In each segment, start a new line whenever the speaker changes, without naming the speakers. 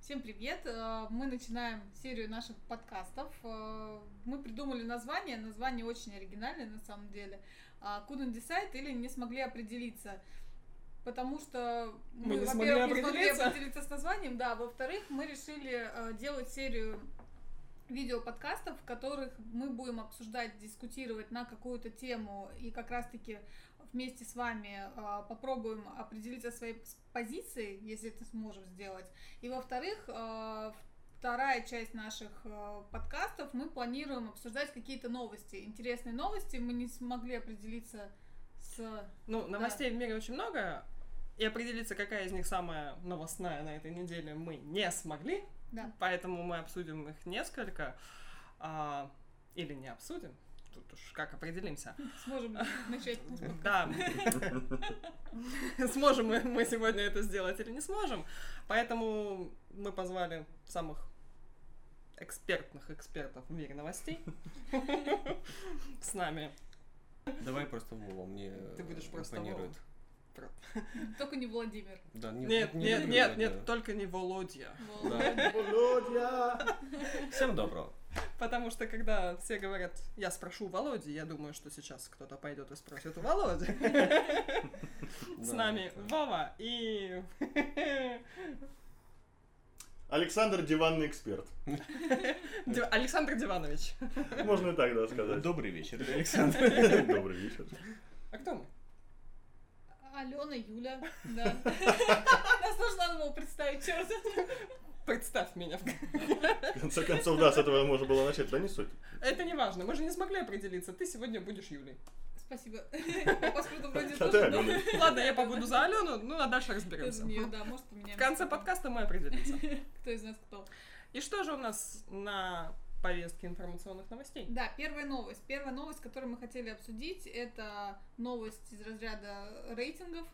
Всем привет! Э, Мы начинаем серию наших подкастов. Э, Мы придумали название. Название очень оригинальное на самом деле. Couldn't decide или не смогли определиться. Потому что
Мы не смогли
во-первых, не смогли
определиться.
определиться с названием, да. Во-вторых, мы решили э, делать серию видео-подкастов, в которых мы будем обсуждать, дискутировать на какую-то тему и как раз-таки вместе с вами э, попробуем определиться своей пс- позицией, если это сможем сделать. И во-вторых, э, вторая часть наших э, подкастов мы планируем обсуждать какие-то новости, интересные новости. Мы не смогли определиться с...
Ну, новостей в мире очень много, и определиться, какая из них самая новостная на этой неделе, мы не смогли,
Да.
поэтому мы обсудим их несколько, а, или не обсудим, тут уж как определимся.
Сможем начать.
Да, сможем мы, мы сегодня это сделать или не сможем, поэтому мы позвали самых экспертных экспертов в мире новостей с нами.
Давай просто Вова, мне э,
Ты будешь просто
оппонирует.
Только не Владимир.
Да, не-
Нет,
не
нет,
люблю
нет,
я,
нет,
да.
только не Володя.
Володя.
Всем доброго.
Потому что когда все говорят, я спрошу у Володи, я думаю, что сейчас кто-то пойдет и спросит у Володи. С
Да,
нами
это-
Вова и...
Александр диванный эксперт.
Ди- Александр Диванович.
Можно и так да, сказать.
Добрый вечер, Александр.
Добрый вечер.
А кто мы?
Алена, Юля. Да. Нас тоже надо было представить, черт.
Представь меня.
В конце концов, да, с этого можно было начать, да не суть.
Это не важно, мы же не смогли определиться. Ты сегодня будешь Юлей.
Спасибо. По паспорту вроде
Да,
тоже,
да,
но-
Алена.
Ладно, я побуду за Алену, ну а дальше
без
разберемся.
нее, да, может, поменяем.
В конце подкаста мы определимся.
Кто из нас кто?
И что же у нас на повестке информационных новостей?
Да, первая новость. Первая новость, которую мы хотели обсудить, это новость из разряда рейтингов.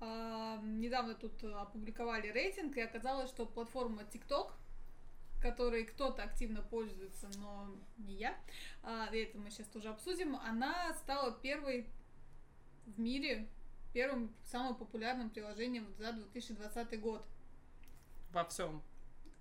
А, Недавно тут опубликовали рейтинг, и оказалось, что платформа TikTok, которой кто-то активно пользуется, но не я, а, и это мы сейчас тоже обсудим, она стала первой в мире, первым самым популярным приложением за 2020 год.
Во всем.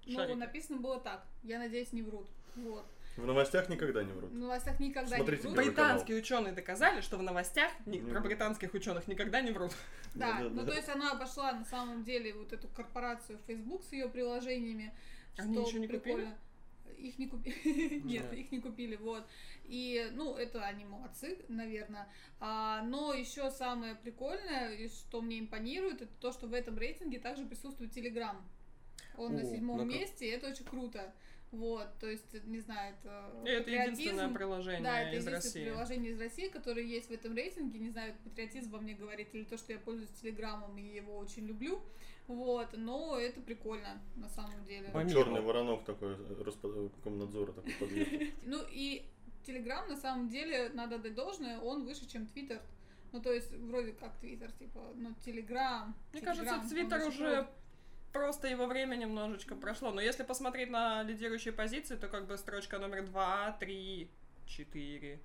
Ну,
Шарике.
написано было так. Я надеюсь, не врут. Вот.
В новостях никогда не
В
врут.
новостях никогда
Смотрите,
не врут.
первый канал.
Ну, Британские ученые доказали, что в новостях ни-
Не
про
врут.
британских ученых никогда не врут.
Да,
Да, да,
ну
да.
то есть она обошла на самом деле вот эту корпорацию Facebook с ее приложениями.
Они
что
еще не
прикольно. Их не купили. Нет,
Нет.
их не купили, вот. И, ну, это они молодцы, наверное. А, но еще самое прикольное, и что мне импонирует, это то, что в этом рейтинге также присутствует Telegram. Он на
О, ну
седьмом
как.
месте, и это очень круто. Вот, то есть, не знаю, это...
И это единственное
патриотизм.
приложение
Да, это
из
единственное
России.
приложение из России, которое есть в этом рейтинге. Не знаю, патриотизм во мне говорит или то, что я пользуюсь Телеграмом и его очень люблю. Вот, но это прикольно на самом деле.
По миру.
Черный воронок такой, э, Роспо- Комнадзора такой подъехал.
Ну и Телеграм на самом деле, надо дать должное, он выше, чем Твиттер. Ну, то есть, вроде как Твиттер, типа, ну, Телеграм.
Мне
Telegram,
кажется,
он
Твиттер
выше
уже
вроде.
просто его время немножечко прошло. Но если посмотреть на лидирующие позиции, то как бы строчка номер 2, 3, 4,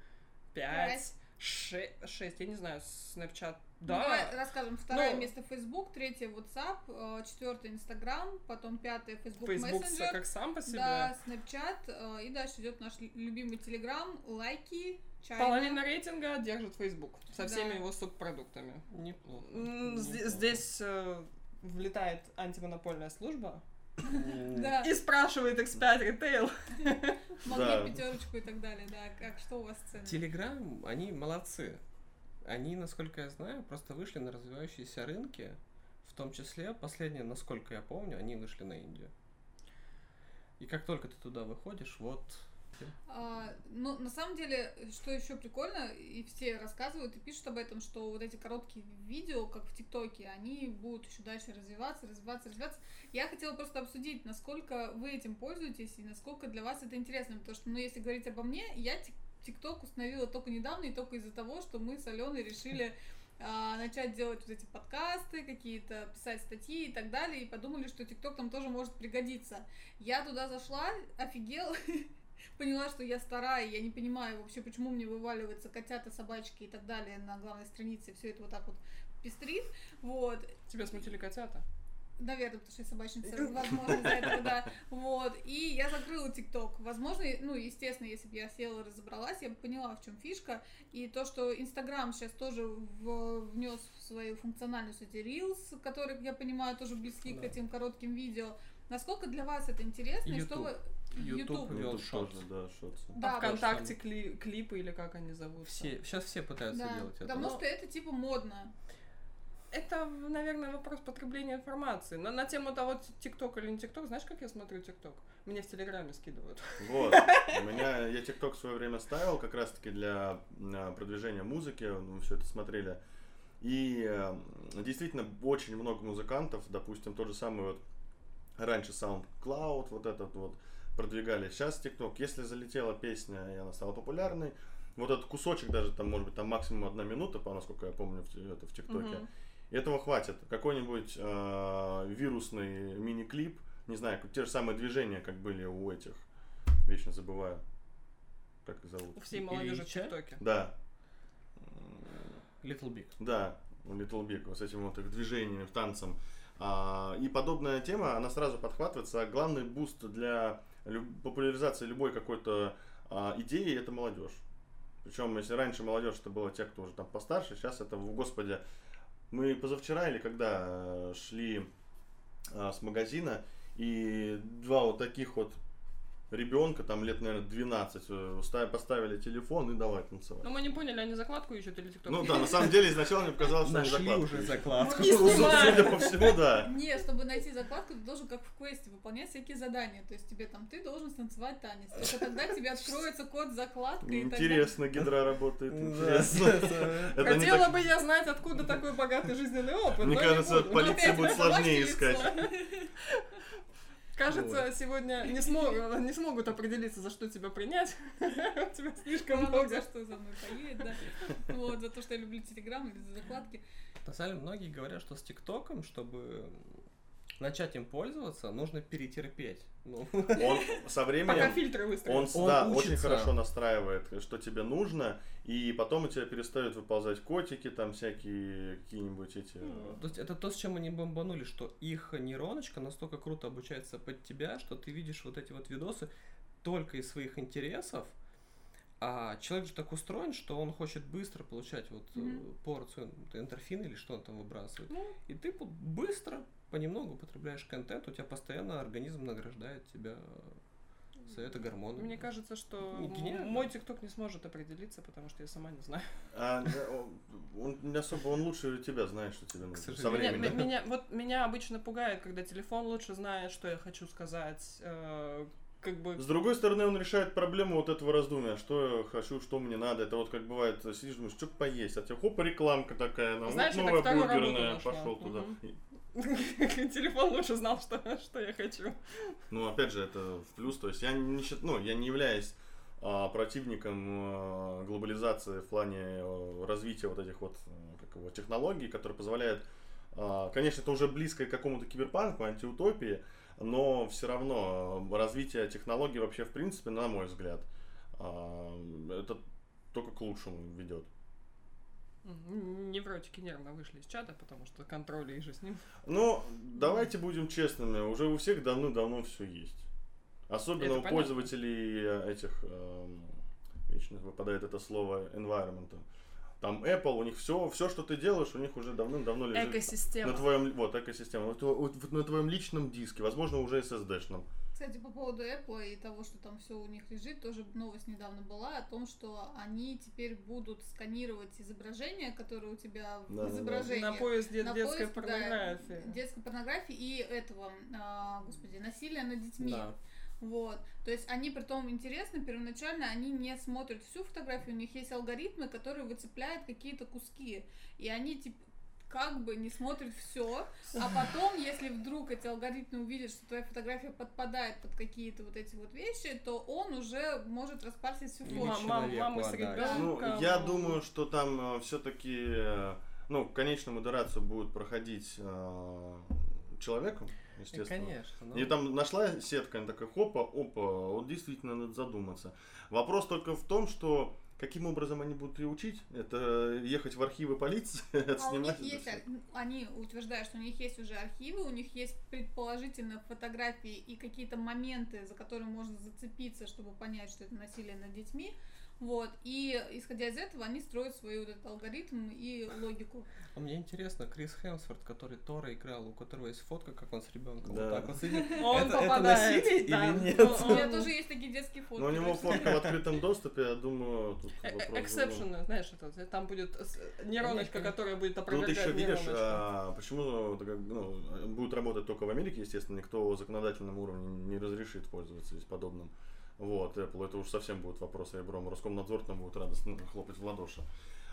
5, 6. Я не знаю, Snapchat.
Ну, давай
Да.
расскажем. Второе
Но-
место Facebook, третье WhatsApp, э, четвертое Instagram, потом пятое Ну, э, Facebook,
Facebook
Messenger.
как сам по себе.
Да, Snapchat. э, И дальше идет наш л- любимый Telegram, лайки, чай.
Половина рейтинга держит Facebook со
Да.
всеми его субпродуктами. ну,
Неплохо.
М, зде-
Неплохо.
Здесь э, влетает антимонопольная служба
М,
Да,
и спрашивает X5 Retail.
могли
Да.
пятерочку и так далее, да. Как что у вас с ценами?
Телеграм, они молодцы. Они, насколько я знаю, просто вышли на развивающиеся рынки. В том числе, последнее, насколько я помню, они вышли на Индию. И как только ты туда выходишь, вот...
А, ну, на самом деле, что еще прикольно, и все рассказывают и пишут об этом, что вот эти короткие видео, как в ТикТоке, они будут еще дальше развиваться, развиваться, развиваться. Я хотела просто обсудить, насколько вы этим пользуетесь и насколько для вас это интересно, потому что, ну, если говорить обо мне, я Тик- ТикТок установила только недавно и только из-за того, что мы с Аленой решили а, начать делать вот эти подкасты, какие-то писать статьи и так далее, и подумали, что ТикТок нам тоже может пригодиться. Я туда зашла, офигела, поняла, что я старая, я не понимаю вообще, почему мне вываливаются котята, собачки и так далее на главной странице, все это вот так вот пестрит, вот,
Тебя смутили котята?
Наверное, потому что я собачница, возможно, из-за этого, да. Вот. И я закрыла ТикТок. Возможно, ну, естественно, если бы я села и разобралась, я бы поняла, в чем фишка. И то, что Инстаграм сейчас тоже в- внес в свою функциональность эти Reels, которые, я понимаю, тоже близки к
Да.
этим коротким видео. Насколько для вас это интересно? и что
YouTube.
вы...
YouTube.
Ну,
Вел
тут
шот.
тоже, да, шот.
А
Да,
ВКонтакте кли- клипы или как они зовут?
Все, сейчас все пытаются
да.
делать это.
Потому
Но-
что это типа модно.
Это, наверное, вопрос потребления информации. На, на тему того, ТикТок или не ТикТок, знаешь, как я смотрю ТикТок? Мне в Телеграме скидывают.
Вот. У меня, я ТикТок в свое время ставил как раз-таки для э, продвижения музыки, ну, мы все это смотрели. И э, действительно очень много музыкантов, допустим, тот же самый вот раньше SoundCloud, вот этот вот продвигали. Сейчас ТикТок, если залетела песня, и она стала популярной, вот этот кусочек даже там, может быть, там максимум одна минута, по насколько я помню, в, т- это в ТикТоке.
Мгм.
И Этого хватит. Какой-нибудь э, вирусный мини-клип, не знаю, как- те же самые движения, как были у этих, вечно забываю, как их зовут.
У всей
Или
молодежи в
Ильича?
ТикТоке.
Да,
Little Big.
да, у Little Big, вот с этим вот их движением, танцем. А, и подобная тема, она сразу подхватывается. А Главный буст для люб- популяризации любой какой-то а, идеи – это молодежь. Причем, если раньше молодежь это было те, кто уже там постарше, сейчас это, в- господи, мы позавчера или когда э, шли а, с магазина, и два вот таких вот ребенка, там лет, наверное, 12, э, ста- поставили телефон и давай танцевать.
Но мы не поняли, они закладку ищут или ТикТок?
Ну да, на самом деле изначально мне показалось, что они
Нашли
закладку
уже
ищут.
закладку.
Не
Ну,
снимают.
Судя по всему, да.
Не, чтобы найти закладку, ты должен как в квесте выполнять всякие задания. То есть тебе там ты должен станцевать танец. Только тогда тебе откроется код закладка и так далее.
Интересно, гидра
Ну,
работает. Интересно.
Интересно.
Это не
Хотела
так-
бы я знать, откуда такой богатый жизненный опыт.
Мне
но не
кажется,
буду. Ну,
полиция
опять
будет
это ваше
сложнее
лицо.
искать.
Кажется, сегодня не, смог- не смогут определиться, за что тебя принять. У тебя слишком
Мало за
много.
что за мной поедет, да. Вот, за то, что я люблю Телеграм или за закладки.
На самом деле многие говорят, что с ТикТоком, чтобы начать им пользоваться, нужно перетерпеть. Ну,
Он со
Пока
временем...
фильтры выстроят.
Он, с-
Он
да,
учится.
очень хорошо настраивает, что тебе нужно, и потом у тебя перестают выползать котики, там всякие какие-нибудь эти...
Ну,
то есть это то, с чем они бомбанули, что их нейроночка настолько круто обучается под тебя, что ты видишь вот эти вот видосы только из своих интересов. А человек же так устроен, что он хочет быстро получать вот э,
Мгм.
порцию эндорфина или что он там выбрасывает.
Ну.
И ты пу- быстро, понемногу употребляешь контент, у тебя постоянно организм награждает тебя э, за это гормонами.
Мне кажется, что
Ну, гениально.
м- мой ТикТок не сможет определиться, потому что я сама не знаю.
А, да, он- он не особо, он лучше тебя знает, что тебе нужно. Со
сожалению.
Меня,
временем.
м- меня- вот меня обычно пугает, когда телефон лучше знает, что я хочу сказать. э, как бы
С другой стороны, он решает проблему вот этого раздумия, что я хочу, что мне надо. Это вот как бывает, сидишь, думаешь, что поесть, а тебе хоп, рекламка такая, ну,
Знаешь,
вот
я
новая
так вторую работу
бургерная,
нашла.
пошел туда.
Мгм.
И-
телефон лучше знал, что, что я хочу.
Ну, опять же, это в плюс, то есть я не, счит- ну, я не являюсь а, противником а, глобализации в плане э, развития вот этих вот э, как его, технологий, которые позволяют, а, конечно, это уже близко к какому-то киберпанку, антиутопии, но все равно э, развитие технологий вообще в принципе, на мой взгляд, а, это только к лучшему ведет.
М, Невротики нервно вышли из чата, потому что контроля и же с ним.
Ну, давайте будем честными, уже у всех давно-давно все есть. Особенно
Это
у
понятно.
пользователей э, этих, эм, вечно выпадает это слово, environment. Там Apple, у них все, все, что ты делаешь, у них уже давным-давно лежит.
Экосистема.
Э, На твоем, вот, экосистема. Вот, вот- вот на твоем личном диске, возможно, уже SSD-шном.
Кстати, по поводу Apple и того, что там все у них лежит, тоже новость недавно была о том, что они теперь будут сканировать изображения, которые у тебя в
Да-да-да.
изображении.
На поезд де-
на
детской
поиск, да,
порнографии.
детской порнографии и этого, а, господи, насилия над детьми.
Да.
Вот. То есть они при том интересно, первоначально они не смотрят всю фотографию, у них есть алгоритмы, которые выцепляют какие-то куски. И они типа как бы не смотрят все, а потом, если вдруг эти алгоритмы увидят, что твоя фотография подпадает под какие-то вот эти вот вещи, то он уже может распарсить всю
Или
Ма-
фотку.
Мама.
мам-
человеку
мамы с
отдать.
ребенком.
Ну, я думаю, что там все-таки, ну, конечно, модерацию будет проходить э, человеком,
И,
естественно.
конечно. ну,
И там нашла сетка, она такая, хопа, опа, вот действительно надо задуматься. Вопрос только в том, что Каким образом они будут ее учить? Это ехать в архивы полиции,
А у них
отснимать это
есть,
всё?
ар- они утверждают, что у них есть уже архивы, у них есть предположительно фотографии и какие-то моменты, за которые можно зацепиться, чтобы понять, что это насилие над детьми. Вот. И исходя из этого, они строят свой вот этот алгоритм и логику.
А мне интересно, Крис Хемсворт, который Тора играл, у которого есть фотка, как он с ребенком
Да.
вот так вот сидит.
Он
Это- это
попадает.
насилие
да. Ну,
или нет?
У
Он-
меня тоже есть такие детские фотки.
Но Ну, у него
точно.
фотка в открытом доступе, я думаю, тут
Э,
вопрос.
э, Эксепшены, знаешь, это, э, там будет с- нейроночка,
Конечно.
которая будет
Ну, вот
опровергать
еще видишь,
нейроночку.
а, почему это как, ну, будут работать только в Америке, естественно, никто законодательном уровне не разрешит пользоваться здесь подобным. Вот, Apple, это уж совсем будет вопрос ребром. Роскомнадзор там будет радостно хлопать в ладоши.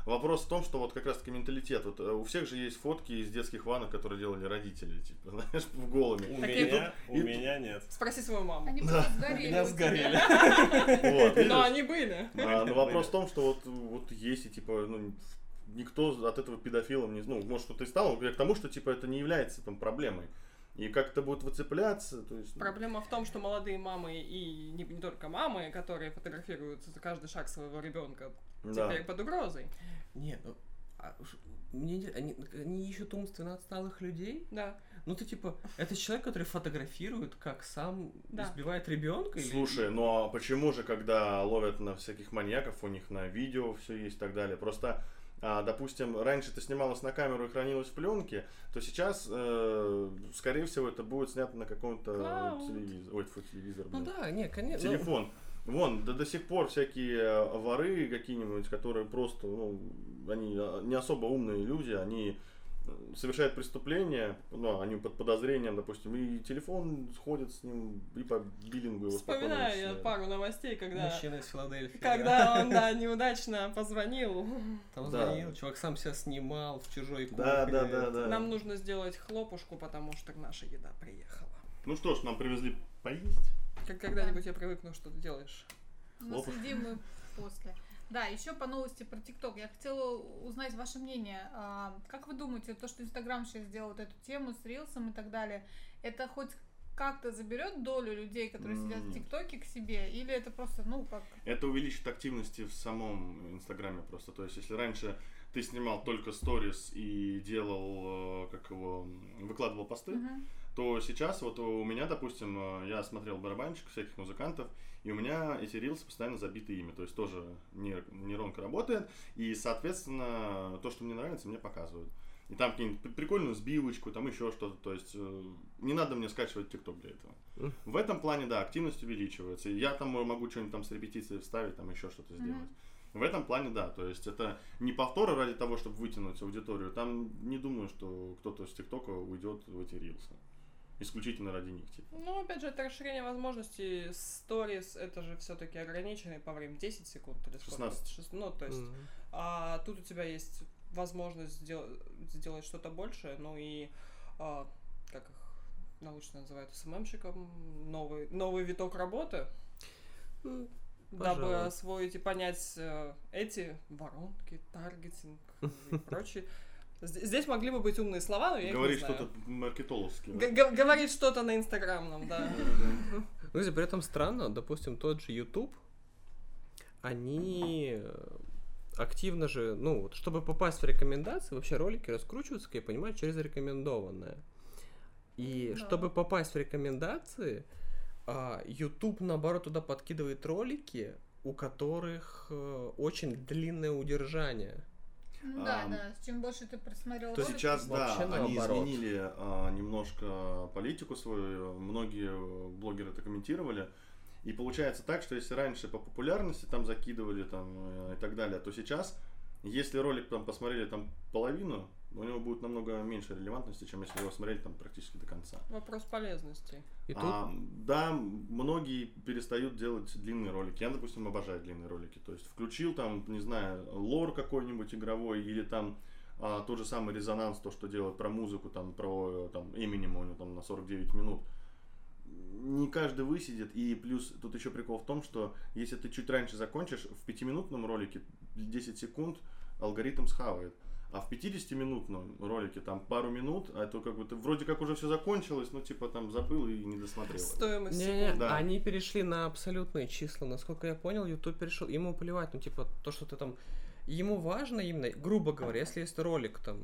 Вопрос в том, что вот как раз таки менталитет. Вот э, у всех же есть фотки из детских ванок, которые делали родители, типа, знаешь, в голыми.
У
Так и
меня,
тут-
у
и тут-
меня
э,
нет.
Спроси свою маму.
Они просто
У
сгорели.
меня
у тебя.
сгорели.
Вот, видишь?
Но Ну, они были.
А, но вопрос
Были.
в том, что вот, вот есть и типа, ну, никто от этого педофилом не... Ну, может, что-то и стал, но я к тому, что типа это не является там проблемой. И как это будет выцепляться, то есть... ну,
Проблема в том, что молодые мамы и не, не только мамы, которые фотографируют за каждый шаг своего ребенка,
да.
теперь под угрозой.
Нет, ну, а уж мне интерес- они, они ищут умственно отсталых людей?
Да.
Ну ты типа, это человек, который фотографирует, как сам
Да.
избивает ребенка? или-
Слушай, ну а почему же, когда ловят на всяких маньяков, у них на видео все есть и так далее? Просто, а, допустим, раньше это снималось на камеру и хранилось в пленке, то сейчас, э, скорее всего, это будет снято на каком-то
Клауд.
телевизоре. Ой, тьфу, телевизор.
Ну
блин.
да, не, конечно. ну,
телефон. Вон, да до сих пор всякие э, воры какие-нибудь, которые просто, ну, они э, не особо умные люди, они э, совершают преступления, ну, они под подозрением, допустим, и телефон сходит с ним, и по биллингу его спокойно
Вспоминаю я
вычисляют.
пару новостей, когда...
Мужчина из Филадельфии. да.
Когда он, да, неудачно позвонил.
Там
Да.
звонил, чувак сам себя снимал в чужой кухне.
Да, да, да, да.
Нам нужно сделать хлопушку, потому что наша еда приехала.
Ну что ж, нам привезли поесть.
Как когда-нибудь я привыкну, что ты делаешь.
Но
Лопушка.
Ну, следим мы после. Да, еще по новости про ТикТок. Я хотела узнать ваше мнение. А, Как вы думаете, то, что Инстаграм сейчас сделал вот эту тему с рилсом и так далее, это хоть как-то заберет долю людей, которые сидят в
Нет.
ТикТоке к себе, или это просто, ну, как...
Это увеличит активности в самом Инстаграме просто. То есть, если раньше ты снимал только сторис и делал, э, как его, м, выкладывал посты,
Мгм.
то сейчас вот у меня, допустим, э, я смотрел барабанщиков, всяких музыкантов, и у меня эти рилсы постоянно забиты ими, то есть тоже нейр- нейронка работает, и, соответственно, то, что мне нравится, мне показывают. И там какие-нибудь при- прикольную сбивочку, там еще что-то, то есть э, не надо мне скачивать ТикТок для этого.
Мгм.
В этом плане, да, активность увеличивается, и я там э, могу что-нибудь там с репетицией вставить, там еще что-то
Мгм.
сделать. В этом плане, да, то есть это не повторы ради того, чтобы вытянуть аудиторию, там не думаю, что кто-то с ТикТока уйдет в эти рилсы исключительно ради них, типа.
Ну, опять же, это расширение возможностей. Stories это же все-таки ограниченный по времени 10 секунд или сколько?
16.
Шест- Ну, то есть,
Мгм.
а тут у тебя есть возможность сдел- сделать что-то большее, ну и а, как их научно называют СММщиком, новый, новый виток работы,
Ну,
дабы
Пожалуй.
освоить и понять э, эти воронки, таргетинг и прочее. З- Здесь могли бы быть умные слова, но Ну, я их не
Говорит
знаю.
что-то маркетоловское.
Г- г- Говорит что-то на инстаграмном, да.
Ну, если при этом странно, допустим, тот же YouTube, они э, активно же, ну, вот, чтобы попасть в рекомендации, вообще ролики раскручиваются, как я понимаю, через рекомендованное. И
Да.
чтобы попасть в рекомендации, а, YouTube, наоборот, туда подкидывает ролики, у которых э, очень длинное удержание.
Ну Да,
Ам.
да, чем больше ты просмотрел
То
ролик,
сейчас, да,
Вообще
они
наоборот.
изменили а, немножко политику свою, многие э, блогеры это комментировали. И получается так, что если раньше по популярности там закидывали там э, и так далее, то сейчас, если ролик там посмотрели там половину, у него будет намного меньше релевантности, чем если его смотрели там практически до конца.
Вопрос полезности.
И тут
А, да, многие перестают делать длинные ролики. Я, допустим, обожаю длинные ролики. То есть включил там, не знаю, лор какой-нибудь игровой или там а, тот же самый резонанс, то, что делают про музыку, там про э, там Эминема у него там на 49 минут. Не каждый высидит, и плюс тут еще прикол в том, что если ты чуть раньше закончишь, в пятиминутном ролике 10 секунд алгоритм схавает. А в 50-минутном ролике там пару минут, а то как бы ты вроде как уже все закончилось, но типа там забыл и не досмотрел.
Стоимость
Не, не,
секунд.
Да.
они перешли на абсолютные числа. Насколько я понял, YouTube перешел. Ему плевать, ну, типа, то, что ты там... Ему важно именно, грубо говоря, если есть ролик там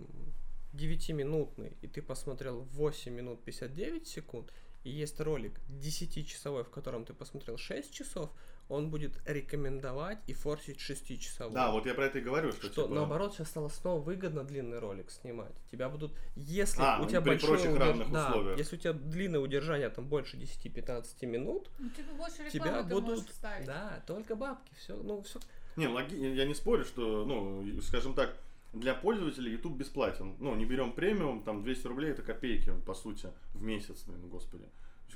9-минутный, и ты посмотрел 8 минут 59 секунд, и есть ролик 10-часовой, в котором ты посмотрел 6 часов, он будет рекомендовать и форсить 6-часовой.
Да, вот я про это и говорю, что,
Что,
типа,
наоборот, сейчас стало снова выгодно длинный ролик снимать. Тебя будут, если
А,
у
ну,
тебя
при
большое
прочих
удерж-
равных
да,
условиях.
если у тебя длинное удержание там больше 10-15 минут,
Ну, типа больше рекламы
тебя
ты
будут,
можешь вставить.
да, только бабки, все, ну все.
Не, логи- я не спорю, что, ну, и- скажем так, для пользователей YouTube бесплатен. Ну, не берем премиум, там 200 рублей это копейки, по сути, в месяц, ну, господи.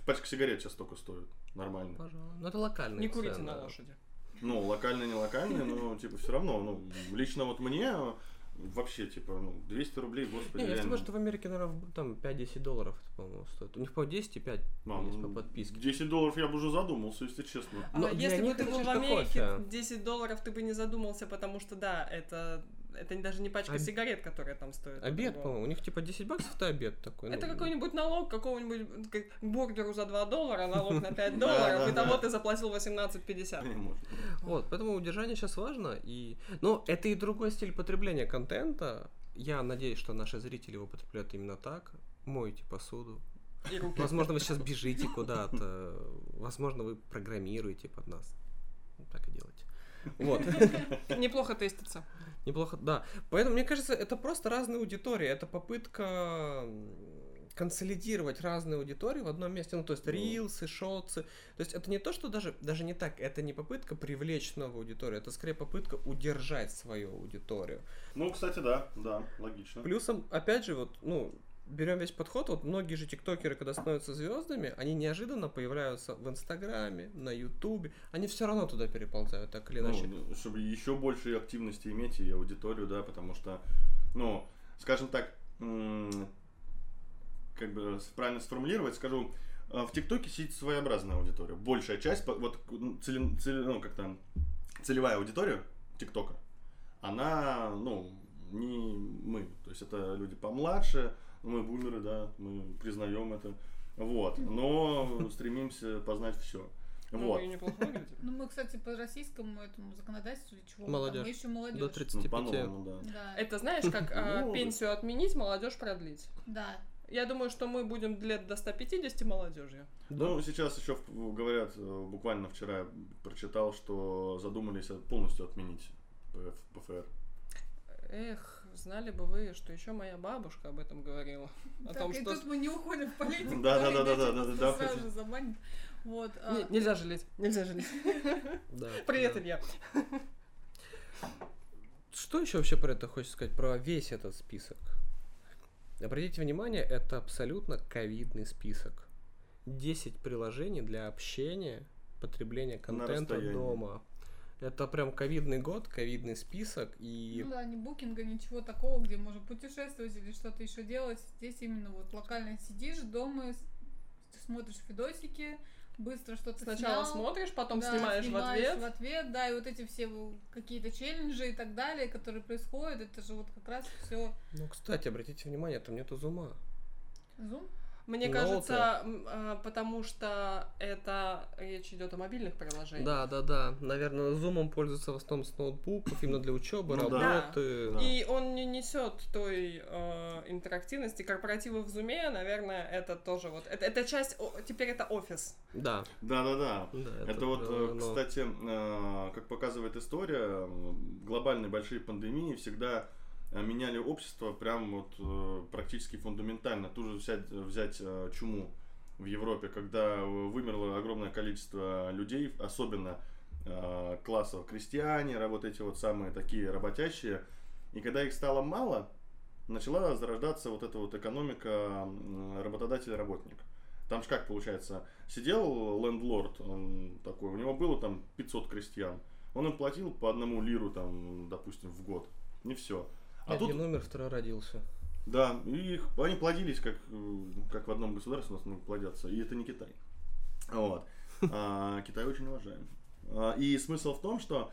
Пачка сигарет сейчас только стоит, нормально.
Пожалуй. Ну это локальные
Не курите
цены.
на лошади.
Ну, локальные, не локальные, но, типа, все равно, ну, лично вот мне э, вообще, типа, ну, 200 рублей, господи,
Не, я
реально.
знаю, что в Америке, наверное, в- там 5-10 долларов, это, по-моему, стоит. У них, по-моему, 10 и 5
Мам,
есть по подписке.
10 долларов я бы уже задумался, если честно.
А
Но для
если бы
них
ты
это
был в
чисто
Америке,
кофе.
10 долларов ты бы не задумался, потому что да, это, это даже не пачка
Об-
сигарет, которая там стоит. это
Обед,
другое.
по-моему, у них типа 10 баксов, это обед такой.
Это
ну,
какой-нибудь налог какого-нибудь как, бургеру за 2 доллара, налог на 5
Да,
долларов,
да,
и того
да.
ты заплатил
А,
18,50.
Не может.
Вот, поэтому удержание сейчас важно. И... Но это и другой стиль потребления контента. Я надеюсь, что наши зрители его потребляют именно так. Мойте посуду.
И руки.
Возможно, вы сейчас бежите куда-то. Возможно, вы программируете под нас. Ну, Так и делайте. Вот.
Неплохо тестится.
Неплохо, да. Поэтому, мне кажется, это просто разные аудитории. Это попытка м, консолидировать разные аудитории в одном месте. Ну, то есть
Ну.
рилсы, шоутсы. То есть это не то, что даже, даже не так. Это не попытка привлечь новую аудиторию. Это скорее попытка удержать свою аудиторию.
Ну, кстати, да, да, логично.
Плюсом, опять же, вот, ну, берем весь подход. Вот многие же тиктокеры, когда становятся звездами, они неожиданно появляются в Инстаграме, на Ютубе. Они все равно туда переползают, так или иначе.
Ну, чтобы еще больше активности иметь и аудиторию, да, потому что, ну, скажем так, м, как бы с- правильно сформулировать, скажу, э, в ТикТоке сидит своеобразная аудитория. Большая часть, по- вот ну, целен- целе- ну, как там, целевая аудитория ТикТока, она, ну, не мы. То есть это люди помладше, мы бумеры, да, мы признаем это. Вот, но стремимся познать все.
Ну,
Вот.
вы неплохо выглядите.
Ну, мы, кстати, по российскому этому законодательству или чего,
Молодежь.
мы еще
До
молодежь.
Ну,
35.
по-новому, да.
Да.
Это знаешь, как а,
Ну,
пенсию отменить, молодежь продлить.
да.
Я думаю, что мы будем лет до 150 молодежью.
Да.
Ну, сейчас еще в- говорят, э, буквально вчера я прочитал, что задумались от- полностью отменить ПФ ПФР.
Эх, знали бы вы, что еще моя бабушка об этом говорила. О
так,
том,
и
что...
тут мы не уходим в политику.
Да-да-да-да-да-да-да,
иначе
да,
нас сразу
хоть-
же забанят. Вот. а,
Не- нельзя жалеть, нельзя жалеть.
Да,
Привет,
да.
Илья.
Что еще вообще про это хочется сказать, про весь этот список? Обратите внимание, это абсолютно ковидный список. 10 приложений для общения, потребления контента
расстоянии.
дома. Это прям ковидный год, ковидный список, и
Ну да, ни букинга, ничего такого, где можно путешествовать или что-то еще делать. Здесь именно вот локально сидишь дома, с- ты смотришь видосики, быстро что-то
Сначала
снял,
смотришь, потом
да,
снимаешь, в ответ.
ответ, да, и вот эти все в- какие-то челленджи и так далее, которые происходят, это же вот как раз все
Ну, кстати, обратите внимание, там нету зума.
зум.
Мне
Ноуты.
кажется, м, а, потому что это речь идет о мобильных приложениях.
Да, да, да. Наверное, зумом пользуются в основном с ноутбуков, именно для учебы,
Ну
да.
работы.
Да.
И он не несет той э, интерактивности. Корпоративы в зуме, наверное, это тоже вот. Это, это часть. о- теперь это офис.
Да.
Да-да-да.
да,
Это, вот,
прям
э,
оно.
кстати, э, как показывает история, м, глобальные большие пандемии всегда э, меняли общество прям вот э, практически фундаментально. Ту же взять, взять э, чуму в Европе, когда э, вымерло огромное количество людей, особенно э, классов крестьяне, ра- вот эти вот самые такие работящие. И когда их стало мало, начала зарождаться вот эта вот экономика м, работодатель-работник. Там же как получается, сидел лендлорд, он такой, у него было там 500 крестьян, он им платил по одному лиру там, допустим, в год, не все. А тут,
Один умер, второй родился.
да, и их, они плодились, как, э, как в одном государстве у нас ну, плодятся, и это не Китай. Вот. А, Китай очень уважаем. А, И смысл в том, что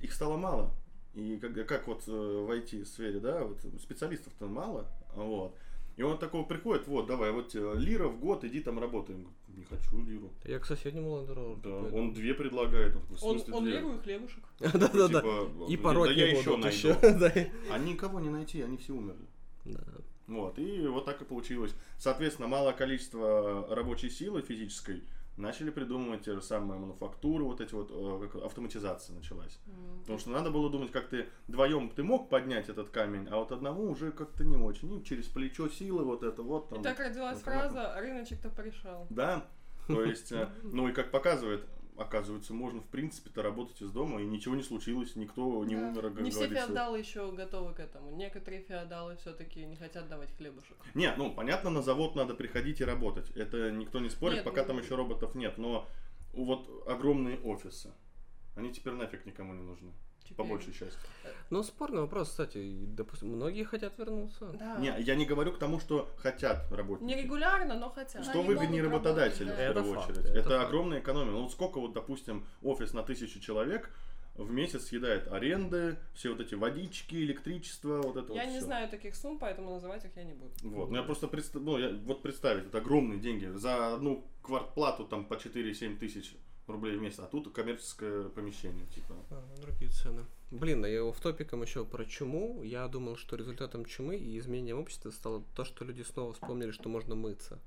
их стало мало. И как, как вот э, в IT-сфере, да, вот специалистов-то мало, вот. И он такой приходит, вот, давай, вот тебе лира в год, иди там работай. Он говорит, не хочу лиру.
Я к соседнему лендроверу.
Да, он две предлагает. Он, такой, в
Он,
смысле
он
две?
левый хлебушек.
Да-да-да.
Типа,
И
да
пороть
я
не
еще
будут
найду.
еще. Да.
А никого не найти, они все умерли.
Да.
Вот, и вот так и получилось. Соответственно, малое количество рабочей силы физической начали придумывать те же самые мануфактуры, вот эти вот, э, как автоматизация началась. Потому что надо было думать, как ты вдвоем ты мог поднять этот камень, а вот одному уже как-то не очень. И через плечо силы вот это вот.
И
там.
так родилась
автоматом.
фраза «рыночек-то порешал».
Да, то есть, э, ну и как показывает, оказывается, можно в принципе-то работать из дома, и ничего не случилось, никто не
Да.
умер, как
Не все
говорится.
феодалы еще готовы к этому. Некоторые феодалы все-таки не хотят давать хлебушек.
Не, ну понятно, на завод надо приходить и работать. Это никто не спорит,
Нет,
пока
ну-
там еще роботов нет. Но вот огромные офисы. Они теперь нафиг никому не нужны,
Теперь-
по большей части.
Ну, спорный вопрос, кстати. И, Допустим, многие хотят вернуться.
Да.
Не, а я не говорю к тому, что хотят работать.
Нерегулярно, но хотят.
Они
Что
могут
выгоднее работодателю,
работать,
в
да.
Это
первую
факт,
очередь?
это
Это,
факт.
огромная экономия. Ну вот сколько вот, допустим, офис на тысячу человек в месяц съедает аренды, все вот эти водички, электричество, вот это
Я
вот
не
всё.
знаю таких сумм, поэтому называть их я не буду.
Вот, ну я просто предста- ну, я, вот представить, это огромные деньги. За одну квартплату там по 4-7 тысяч рублей в месяц, а тут коммерческое помещение, типа.
А, Другие цены. Блин, а я в топиком еще про чуму. Я думал, что результатом чумы и изменением общества стало то, что люди снова вспомнили, что можно мыться.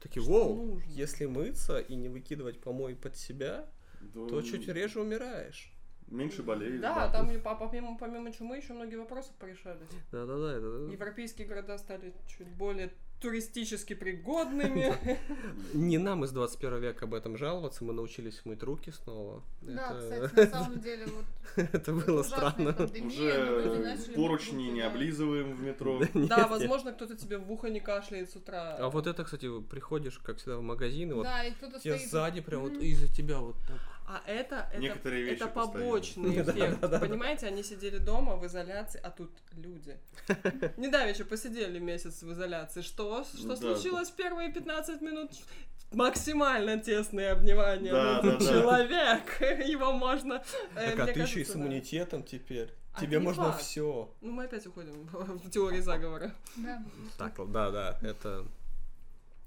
Такие,
Что
воу,
нужно?
если мыться и не выкидывать помой под себя, то чуть реже умираешь.
Меньше болеет.
Да, там и по- помимо, помимо чумы еще многие вопросы порешались.
Да-да-да, это...
Европейские города стали чуть более туристически пригодными.
Не нам из 21 века об этом жаловаться, мы научились мыть руки снова.
Да,
это...
кстати, на самом деле, вот
это было
ужасная
странно.
пандемия, но люди
Уже э,
начали
поручни
друг
не
друга-
облизываем в метро.
Да, нет,
Да,
нет.
возможно, кто-то тебе в ухо не кашляет с утра.
А вот это, кстати, приходишь, как всегда, в магазин, и вот
Да, и кто-то
тебе
стоит...
сзади прям вот
М.
из-за тебя вот так.
А это, это,
Некоторые вещи
это
постоянно.
побочный
Да,
эффект.
да, да, да.
Понимаете, они сидели дома в изоляции, а тут люди. Недавеча посидели месяц в изоляции. Что? Что
Да,
случилось в первые 15 минут? Максимально тесные обнимания.
Да,
Ну,
да, да.
Человек, его можно... э,
Так, а
мне
ты еще и
кажется,
с
да.
иммунитетом теперь.
А
Тебе
не
можно
факт.
все.
Ну, мы опять уходим в теории заговора.
Да.
Так, да, да, это...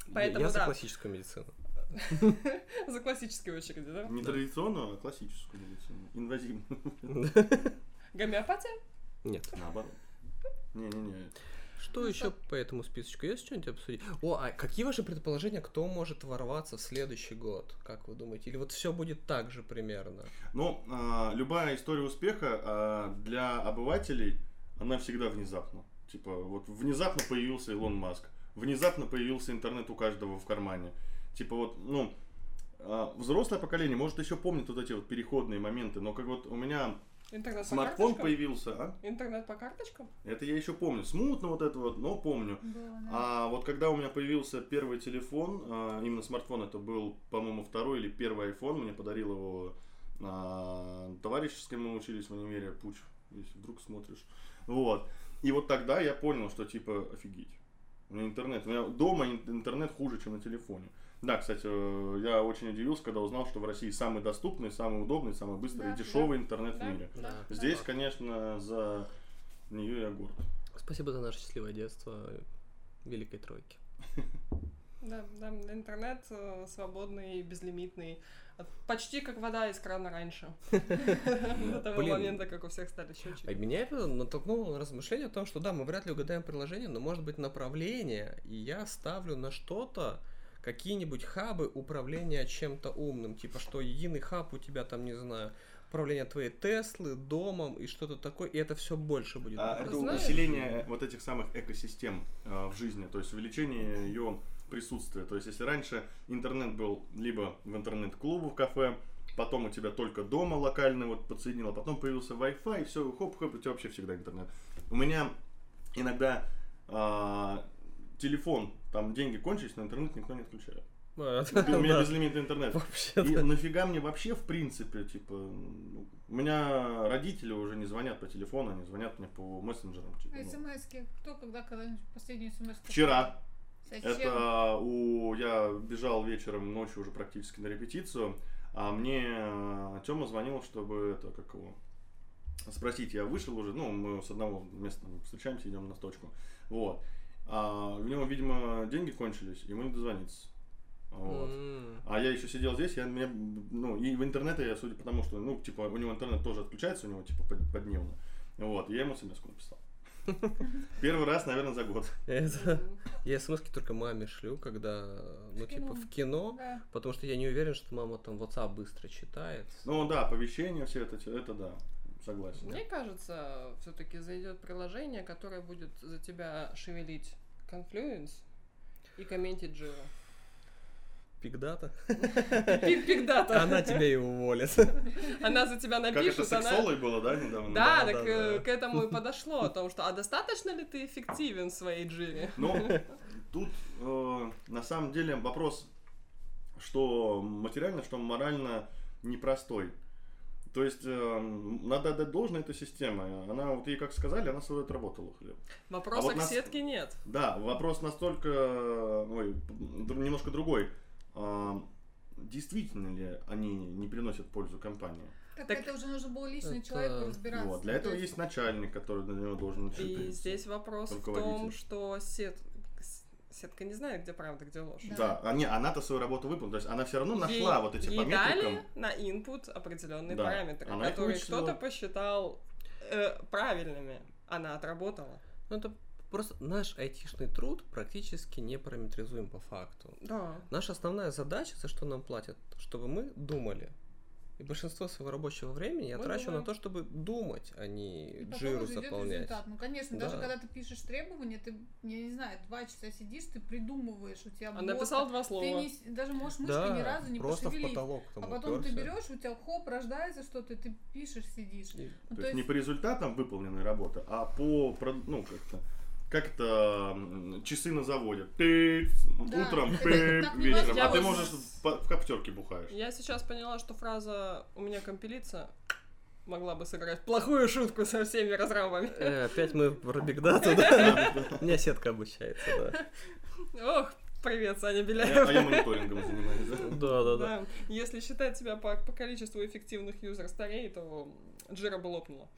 Ну, Поэтому
Я за
да.
классическую медицину.
За классические очереди, да?
Не традиционную, а классическую медицину. Инвазивную.
Гомеопатия?
Нет.
Наоборот. Не-не-не.
Что
Ну,
еще по этому списочку? Есть что-нибудь обсудить? О, а какие ваши предположения, кто может ворваться в следующий год? Как вы думаете? Или вот все будет так же примерно?
Но а, любая история успеха а, для обывателей, она всегда внезапна. Типа, вот внезапно появился Илон Маск, внезапно появился интернет у каждого в кармане. Типа вот, ну, а, взрослое поколение может еще помнит вот эти вот переходные моменты, но как вот у меня
Интернет по
смартфон
карточкам?
появился, а?
Интернет по карточкам?
Это я еще помню. Смутно вот это вот, но помню.
Было, да.
А вот когда у меня появился первый телефон, а, именно смартфон, это был, по-моему, второй или первый iPhone, мне подарил его а, товарищ, с кем мы учились в универе, Пуч, если вдруг смотришь. Вот. И вот тогда я понял, что типа, офигеть. У меня интернет. У меня дома ин- интернет хуже, чем на телефоне. Да, кстати, э, я очень удивился, когда узнал, что в России самый доступный, самый удобный, самый быстрый
Да,
и дешевый интернет в
Да,
мире.
да.
Да.
Здесь, конечно, за нее я горд.
Спасибо за наше счастливое детство Великой Тройки.
Да, да, интернет э, свободный, безлимитный. А, Почти как вода из крана раньше. До того
Блин.
момента, как у всех стали
А
счетчики.
меня это натолкнуло на размышление о том, что да, мы вряд ли угадаем приложение, но может быть направление, и я ставлю на что-то какие-нибудь хабы управления чем-то умным, типа что единый хаб у тебя там, не знаю, управление твоей Теслы, домом и что-то такое, и это все больше будет.
А это
Знаешь-
усиление вот этих самых экосистем э, в жизни, то есть увеличение ее присутствия. То есть если раньше интернет был либо в интернет-клубу, в кафе, потом у тебя только дома локальный вот подсоединил, а потом появился Wi-Fi, и все, хоп-хоп, у тебя вообще всегда интернет. У меня иногда а, телефон, там деньги кончились, но интернет никто не отключает.
А,
У меня
да.
безлимитный интернет.
Вообще,
И
да.
нафига мне вообще, в принципе, типа, ну, у меня родители уже не звонят по телефону, они звонят мне по мессенджерам. типа,
А
ну.
СМСки. Кто когда когда-нибудь последнюю смс?
Вчера.
Зачем?
Это у... Я бежал вечером, ночью уже э, практически на репетицию, а мне Тёма звонил, чтобы это, как его, спросить, я вышел уже, ну, мы с одного места встречаемся, идем на точку. Вот. А у него, видимо, деньги кончились, ему не дозвониться. Вот.
М.
А я еще сидел здесь, я мне, ну, и в интернете я, судя по тому, что, ну, типа, у него интернет тоже отключается, у него, типа, под- подневно. Вот, я ему смс написал. Первый раз, наверное, за год.
Это- Я смс только маме шлю, когда, ну,
В
типа,
кино.
в кино,
Да.
потому что я не уверен, что мама там WhatsApp быстро читает.
Ну, да, оповещения все это, это да, согласен.
Мне кажется, все-таки зайдет приложение, которое будет за тебя шевелить Confluence и комментить Jira.
Пигдата.
Пик- пик дата.
Она тебя и уволит.
Она за тебя
Как это
напишет, она...
сексолой было, да, недавно?
Да,
Да,
так
да,
э,
да.
к этому и подошло, о том, что а достаточно ли ты эффективен в своей джире?
Ну, тут э, на самом деле вопрос, что материально, что морально непростой. То есть э, м, надо отдать должное этой системе. Она, вот ей как сказали, она свою отработала хлеб.
Вопроса
вот
к
нас-
сетке нет.
Да, вопрос настолько, э, ой, д- немножко другой. А, Действительно ли они не приносят пользу компании?
Так,
Так
это уже нужно было лично
это-
человеку разбираться.
Вот. Для этого
То
есть начальник, который на него должен
И
отчитываться.
здесь вопрос в том,
руководитель.
что сет- с- сетка не знает, где правда, где ложь.
Да.
Да, а, не, она-то свою работу выполнила. То есть она все равно Ну, нашла
Ей-
вот эти
ей
по метрикам.
дали на input определенные
Да,
параметры,
она их
которые
вычислила.
кто-то посчитал э, правильными. Она отработала.
Ну, это просто наш айтишный труд практически не параметризуем по факту.
Да.
Наша основная задача, за что нам платят, чтобы мы думали. И большинство своего рабочего времени я
Мы
трачу
думаем.
на то, чтобы думать, а не
И потом
джиру
уже идет
заполнять.
результат. Ну, конечно,
Да.
даже когда ты пишешь требования, ты, я не знаю, два часа сидишь, ты придумываешь, у тебя
Она
блок,
написала два слова.
Ты не с- даже можешь мышкой
А Да,
ни разу не
просто в
пошевелить.
потолок. там
А потом ты
упёрся.
берешь, у тебя хоп, рождается что-то, и ты пишешь, сидишь.
И-
Ну,
То есть не по результатам выполненной работы, а по, про- ну, как-то, как это м, часы на заводе. Тыц,
Да,
утром,
это
пип,
так
вечером. А
невозможно.
ты можешь по- в коптерке бухаешь.
Я сейчас поняла, что фраза «у меня компилится» могла бы сыграть плохую шутку со всеми разрамами.
Э, опять мы про бигдату, да? Меня сетка обучается, да.
Ох, привет, Саня
А я,
Беляев.
а я мониторингом занимаюсь. да.
Да, да, да.
Да. Если считать себя по, по количеству эффективных юзер старей, то Джира бы лопнула.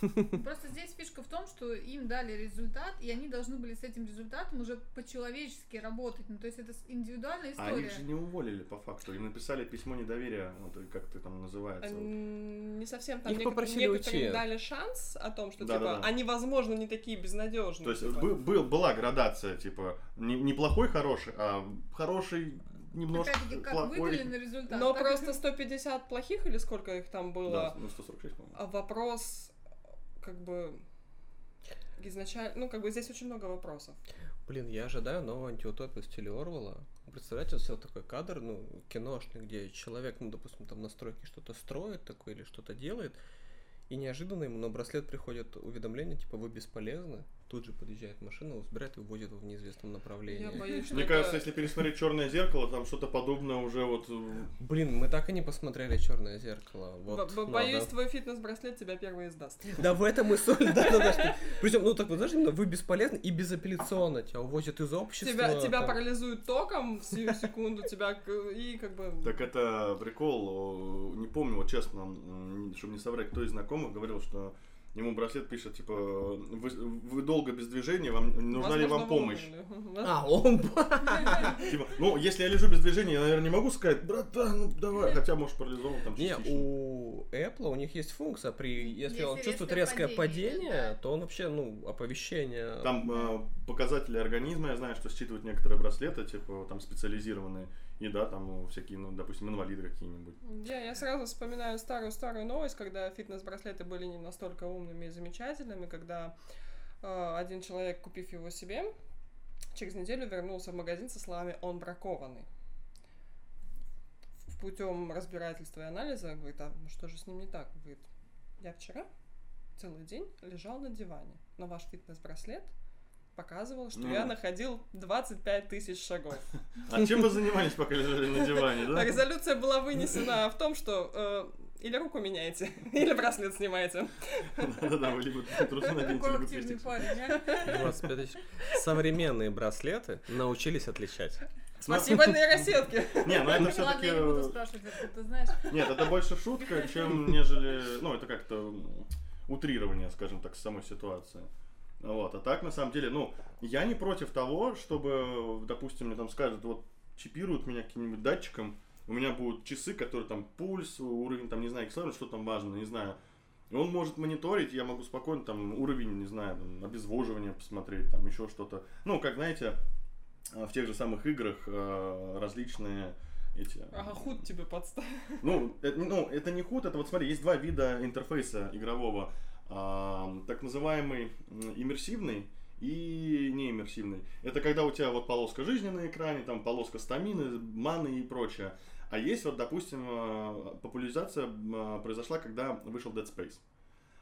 Просто здесь фишка в том, что им дали результат, и они должны были с этим результатом уже по-человечески работать. Ну, то есть это с- индивидуальная
А
история.
их же не уволили по факту. Им написали письмо недоверия, вот, и как ты там называется. вот.
Эм, Не совсем там
Их
некотор-
попросили
некоторым
уйти.
дали шанс о том, что типа
Да-да-да.
они, возможно, не такие безнадежные.
То есть
типа.
бы- был, была градация, типа, не- неплохой хороший, а хороший немножко
Опять-таки, как выдали
плохой.
на результат.
Но
так и-
просто 150 плохих или сколько их там
Да,
было?
ну 146, по-моему.
а Вопрос, как бы изначально, ну как бы здесь очень много вопросов.
Блин, я ожидаю новую антиутопию в стиле Орвала. Представляете, вот все такой кадр, ну, киношный, где человек, ну, допустим, там на стройке что-то строит такое или что-то делает, и неожиданно ему на браслет приходит уведомление, типа, вы бесполезны. Тут же подъезжает машина, его забирает и уводит его в неизвестном
Я
направлении.
боюсь, что
Мне
это-
кажется, если пересмотреть черное зеркало, там что-то подобное уже вот. э,
Блин, мы так и не посмотрели черное зеркало.
Бо-
Вот,
бо-
надо.
Боюсь, твой фитнес-браслет тебя первый издаст.
Да в этом и соль, да, да, да. что- Причем, ну так вот, знаешь, именно вы бесполезны и безапелляционно тебя увозят из общества.
Тебя, тебя
там.
парализует током в сию секунду, тебя к- и как бы...
Так это прикол, э, не помню, вот честно, м, чтобы не соврать, кто из знакомых говорил, что ему браслет пишет, типа, вы, вы долго без движения, вам нужна ли
возможно,
вам помощь?
вымерли. Воз-
А, он...
Типа, ну, если я лежу без движения, я, наверное, не могу сказать, братан, ну давай, хотя, может, парализован там
Не,
частично.
у Apple у них есть функция, при если
Если
он чувствует
резкое
резкое
падение, да.
падение, то он вообще, ну, оповещение.
Там э, показатели организма, я знаю, что считывают некоторые браслеты, типа, там, специализированные, и, да, там, э, всякие, ну, допустим, инвалиды какие-нибудь.
Я, я сразу вспоминаю старую-старую новость, когда фитнес-браслеты были не настолько умными и замечательными, когда э, один человек, купив его себе, через неделю вернулся в магазин со словами «он бракованный». Путем разбирательства и анализа говорит, а ну что же с ним не так? Говорит, я вчера целый день лежал на диване, но ваш фитнес-браслет показывал, что
Ну.
я находил 25 тысяч шагов.
А чем вы занимались, пока лежали на диване, да?
А Резолюция была вынесена в том, что э, или руку меняете, или браслет снимаете.
Да-да-да, вы либо трусы наденете,
Какой
либо
активный
крестик.
парень, а?
25 тысяч. Современные браслеты научились отличать.
Спасибо нейросетке.
Не, ну это
Ладно, я не буду
все-таки...
спрашивать, откуда ты знаешь.
Нет, это больше шутка, чем нежели... Ну, это как-то м, утрирование, скажем так, самой ситуации. Вот, а так, на самом деле, ну, я не против того, чтобы, допустим, мне там скажут, вот, чипируют меня каким-нибудь датчиком, у меня будут часы, которые там пульс, уровень, там, не знаю, кислорода, что там важно, не знаю. И он может мониторить, я могу спокойно там уровень, не знаю, там, обезвоживания посмотреть, там еще что-то. Ну, как знаете, в тех же самых играх э, различные эти...
Ага, худ тебе подставил.
Ну, это, ну, это не худ, это вот смотри, есть два вида интерфейса игрового. Э, так называемый иммерсивный и неиммерсивный. Это когда у тебя вот полоска жизни на экране, там полоска стамины, маны и прочее. А есть вот, допустим, э, популяризация э, произошла, когда вышел Dead Space.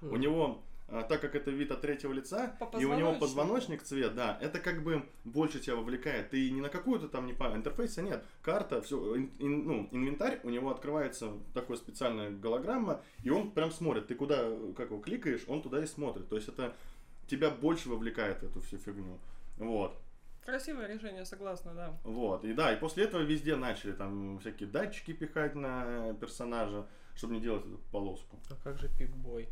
Хм.
У него, э, так как это вид от третьего лица,
По
и у него
позвоночнику.
позвоночник цвет, да, это как бы больше тебя вовлекает. Ты не на какую-то там не по интерфейса нет, карта, все, ну, инвентарь, у него открывается такой специальная голограмма, и он прям смотрит. Ты куда, как его кликаешь, он туда и смотрит. То есть это тебя больше вовлекает в эту всю фигню. Вот.
Красивое решение, согласна, да.
Вот, и да, и после этого везде начали там всякие датчики пихать на персонажа, чтобы не делать эту полоску.
А как же пипбой?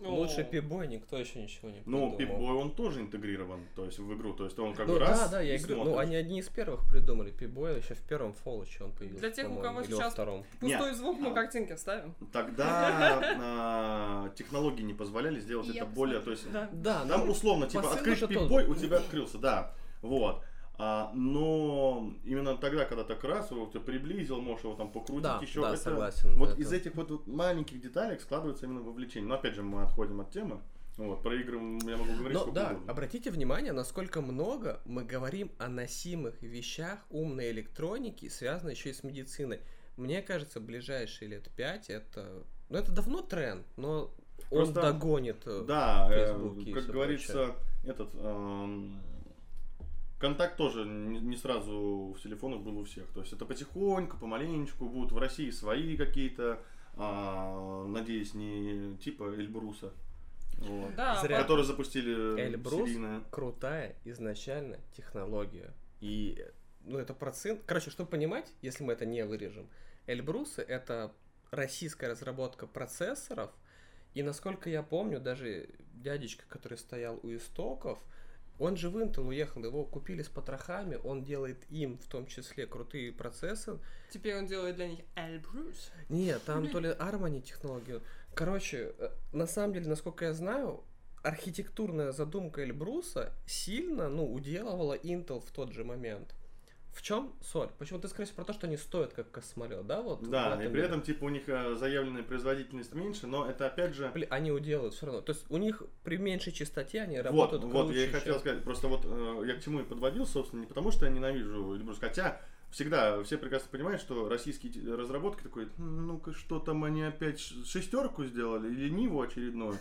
Ну, Лучше
О.
пипбой никто еще ничего не придумал.
Но Ну. пипбой он тоже интегрирован, то есть в игру, то есть он как
Ну
бы раз
да, да, я
и
говорю, ну
смотришь.
они одни из первых придумали пипбой, еще в первом фолоче он появился,
Для тех, у
по-моему,
кого
или во
сейчас
втором.
Пустой звук
А.
мы картинки вставим.
Тогда а, технологии не позволяли сделать
Я
это более, то
посмотрю.
есть
Да.
Да,
там
ну,
условно типа
посыл
открыть
это тот.
пипбой, у тебя открылся, да, вот. А, но именно тогда, когда так раз его ты приблизил, можешь его там покрутить
да,
еще,
да,
это-
согласен.
Вот
это-
из этих вот, вот маленьких деталек складывается именно вовлечение. Но опять же, мы отходим от темы. Вот, про игры я могу говорить
Но
сколько
Ну да,
угодно.
обратите внимание, насколько много мы говорим о носимых вещах умной электроники, связанной еще и с медициной. Мне кажется, ближайшие лет пять это... Ну, это давно тренд, но он
Просто-
догонит. э,
Да, э,
Фейсбуке и
как
всё
говорится, этот эм, контакт тоже не не сразу в телефонах был у всех. То есть это потихоньку, помаленечку будут в России свои какие-то, а, надеюсь, не типа Эльбруса, вот,
Да,
Зря.
по-
которые запустили
Эльбрус?
серийно.
крутая изначально технология. И, ну, это процент... Короче, чтобы понимать, если мы это не вырежем, Эльбрусы — это российская разработка процессоров, и, насколько я помню, даже дядечка, который стоял у истоков, он же в Intel уехал, его купили с потрохами, он делает им в том числе крутые процессы.
Теперь он делает для них Эльбрус.
Нет, там то ли Harmony технологию. Короче, э, на самом деле, насколько я знаю, архитектурная задумка Эльбруса сильно, ну, уделывала Intel в тот же момент. В чем соль? Почему ты скажешь про то, что они стоят как космолет, да? Вот в
Да, и при
дело.
этом типа у них э, заявленная производительность меньше, но это опять же...
Бля, они уделают все равно. То есть у них при меньшей частоте они
Вот,
работают
вот я и
круче,
хотел
чем-
сказать. Просто вот э, я к чему и подводил, собственно, не потому, что я ненавижу Эльбрус, хотя всегда все прекрасно понимают, что российские те- разработки такой, «М, ну-ка, что там они опять ш- шестерку сделали или Ниву очередную.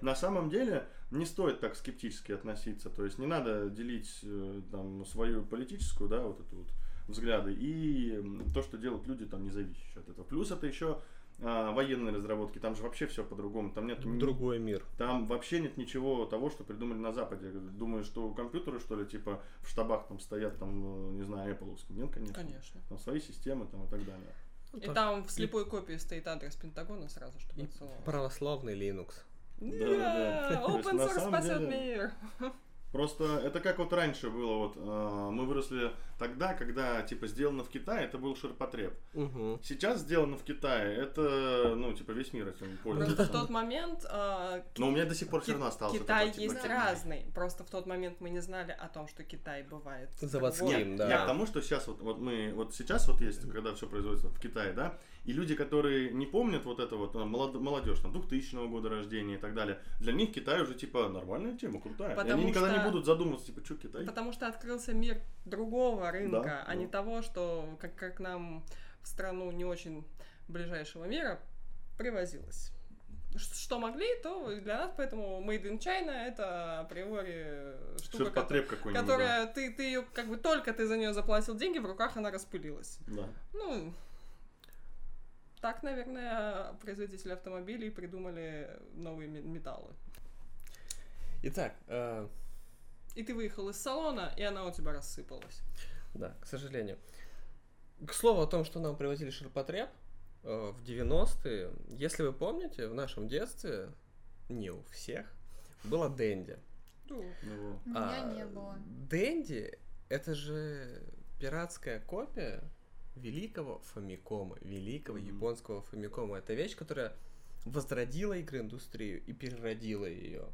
На самом деле не стоит так скептически относиться, то есть не надо делить э, там свою политическую, да, вот эту вот взгляды и м, то, что делают люди там независящие от этого. Плюс это еще а, военные разработки, там же вообще все по-другому, там нет ни-
Другой мир.
там вообще нет ничего того, что придумали на Западе. Думаю, что компьютеры, что ли, типа в штабах там стоят, там, э, не знаю, Apple. Нет, конечно.
Конечно.
Там свои системы там и так далее.
Ну,
И
то-
там в слепой копии стоит адрес Пентагона сразу, чтобы
И
отсылалось.
православный Linux.
Да, да, да.
Да,
То есть
Open
на
source
самом
спасет
деле-
мир.
Просто это как вот раньше было, вот э, мы выросли тогда, когда типа сделано в Китае, это был ширпотреб.
Мгм.
Сейчас сделано в Китае, это, ну, типа весь мир этим
Просто
пользуется. Ну,
в тот момент а, Ки-
Но у меня до сих пор все равно осталось.
Китай
это, типа,
есть
типа,
разный. Просто в тот момент мы не знали о том, что Китай бывает.
Заводским,
другой.
да.
Я к тому, что сейчас вот, вот мы вот сейчас вот есть, когда все производится в Китае, да, и люди, которые не помнят вот это вот, а, молодежь, там, 2000 года рождения и так далее, для них Китай уже, типа, нормальная тема, крутая. И
Потому
они никогда не
что-
будут задумываться, типа, что Китай?
Потому что открылся мир другого рынка, а
да.
не того, что как, как нам в страну не очень ближайшего мира привозилось. Ш- Что могли, то и для нас, поэтому Made in China это априори штука, кото-
Ширпотреб какой-нибудь. да.
которая ты, ты ее как бы только ты за нее заплатил деньги, в руках она распылилась.
Да.
Ну, так, наверное, производители автомобилей придумали новые ме- металлы.
Итак, э,
И ты выехал из салона, и она у тебя рассыпалась.
Да, к сожалению. К слову о том, что нам привозили ширпотреб э, в 90-е. Если вы помните, в нашем детстве не у всех, было Дэнди.
Ну,
Ну,
У меня
А,
не было.
Дэнди — это же пиратская копия великого фамикома, великого
Мгм.
японского фамикома. Это вещь, которая возродила игроиндустрию и переродила ее.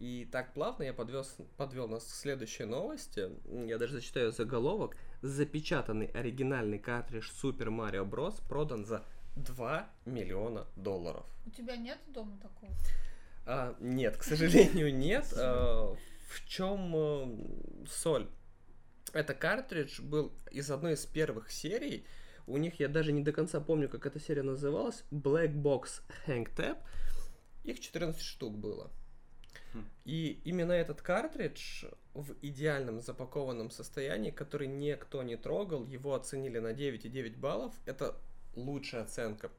И так плавно я подвез, подвел нас к следующей новости. М, Я даже зачитаю заголовок. Запечатанный оригинальный картридж Super Mario Bros. продан за 2 миллиона долларов.
У тебя нет дома такого?
А, нет, к сожалению, нет. А, в чем соль? Это картридж был из одной из первых серий. У них, я даже не до конца помню, как эта серия называлась, Black Box Hang Tap. Их 14 штук было.
Хм.
И именно этот картридж в идеальном запакованном состоянии, который никто не трогал, его оценили на 9,9 баллов. Это лучшая оценка.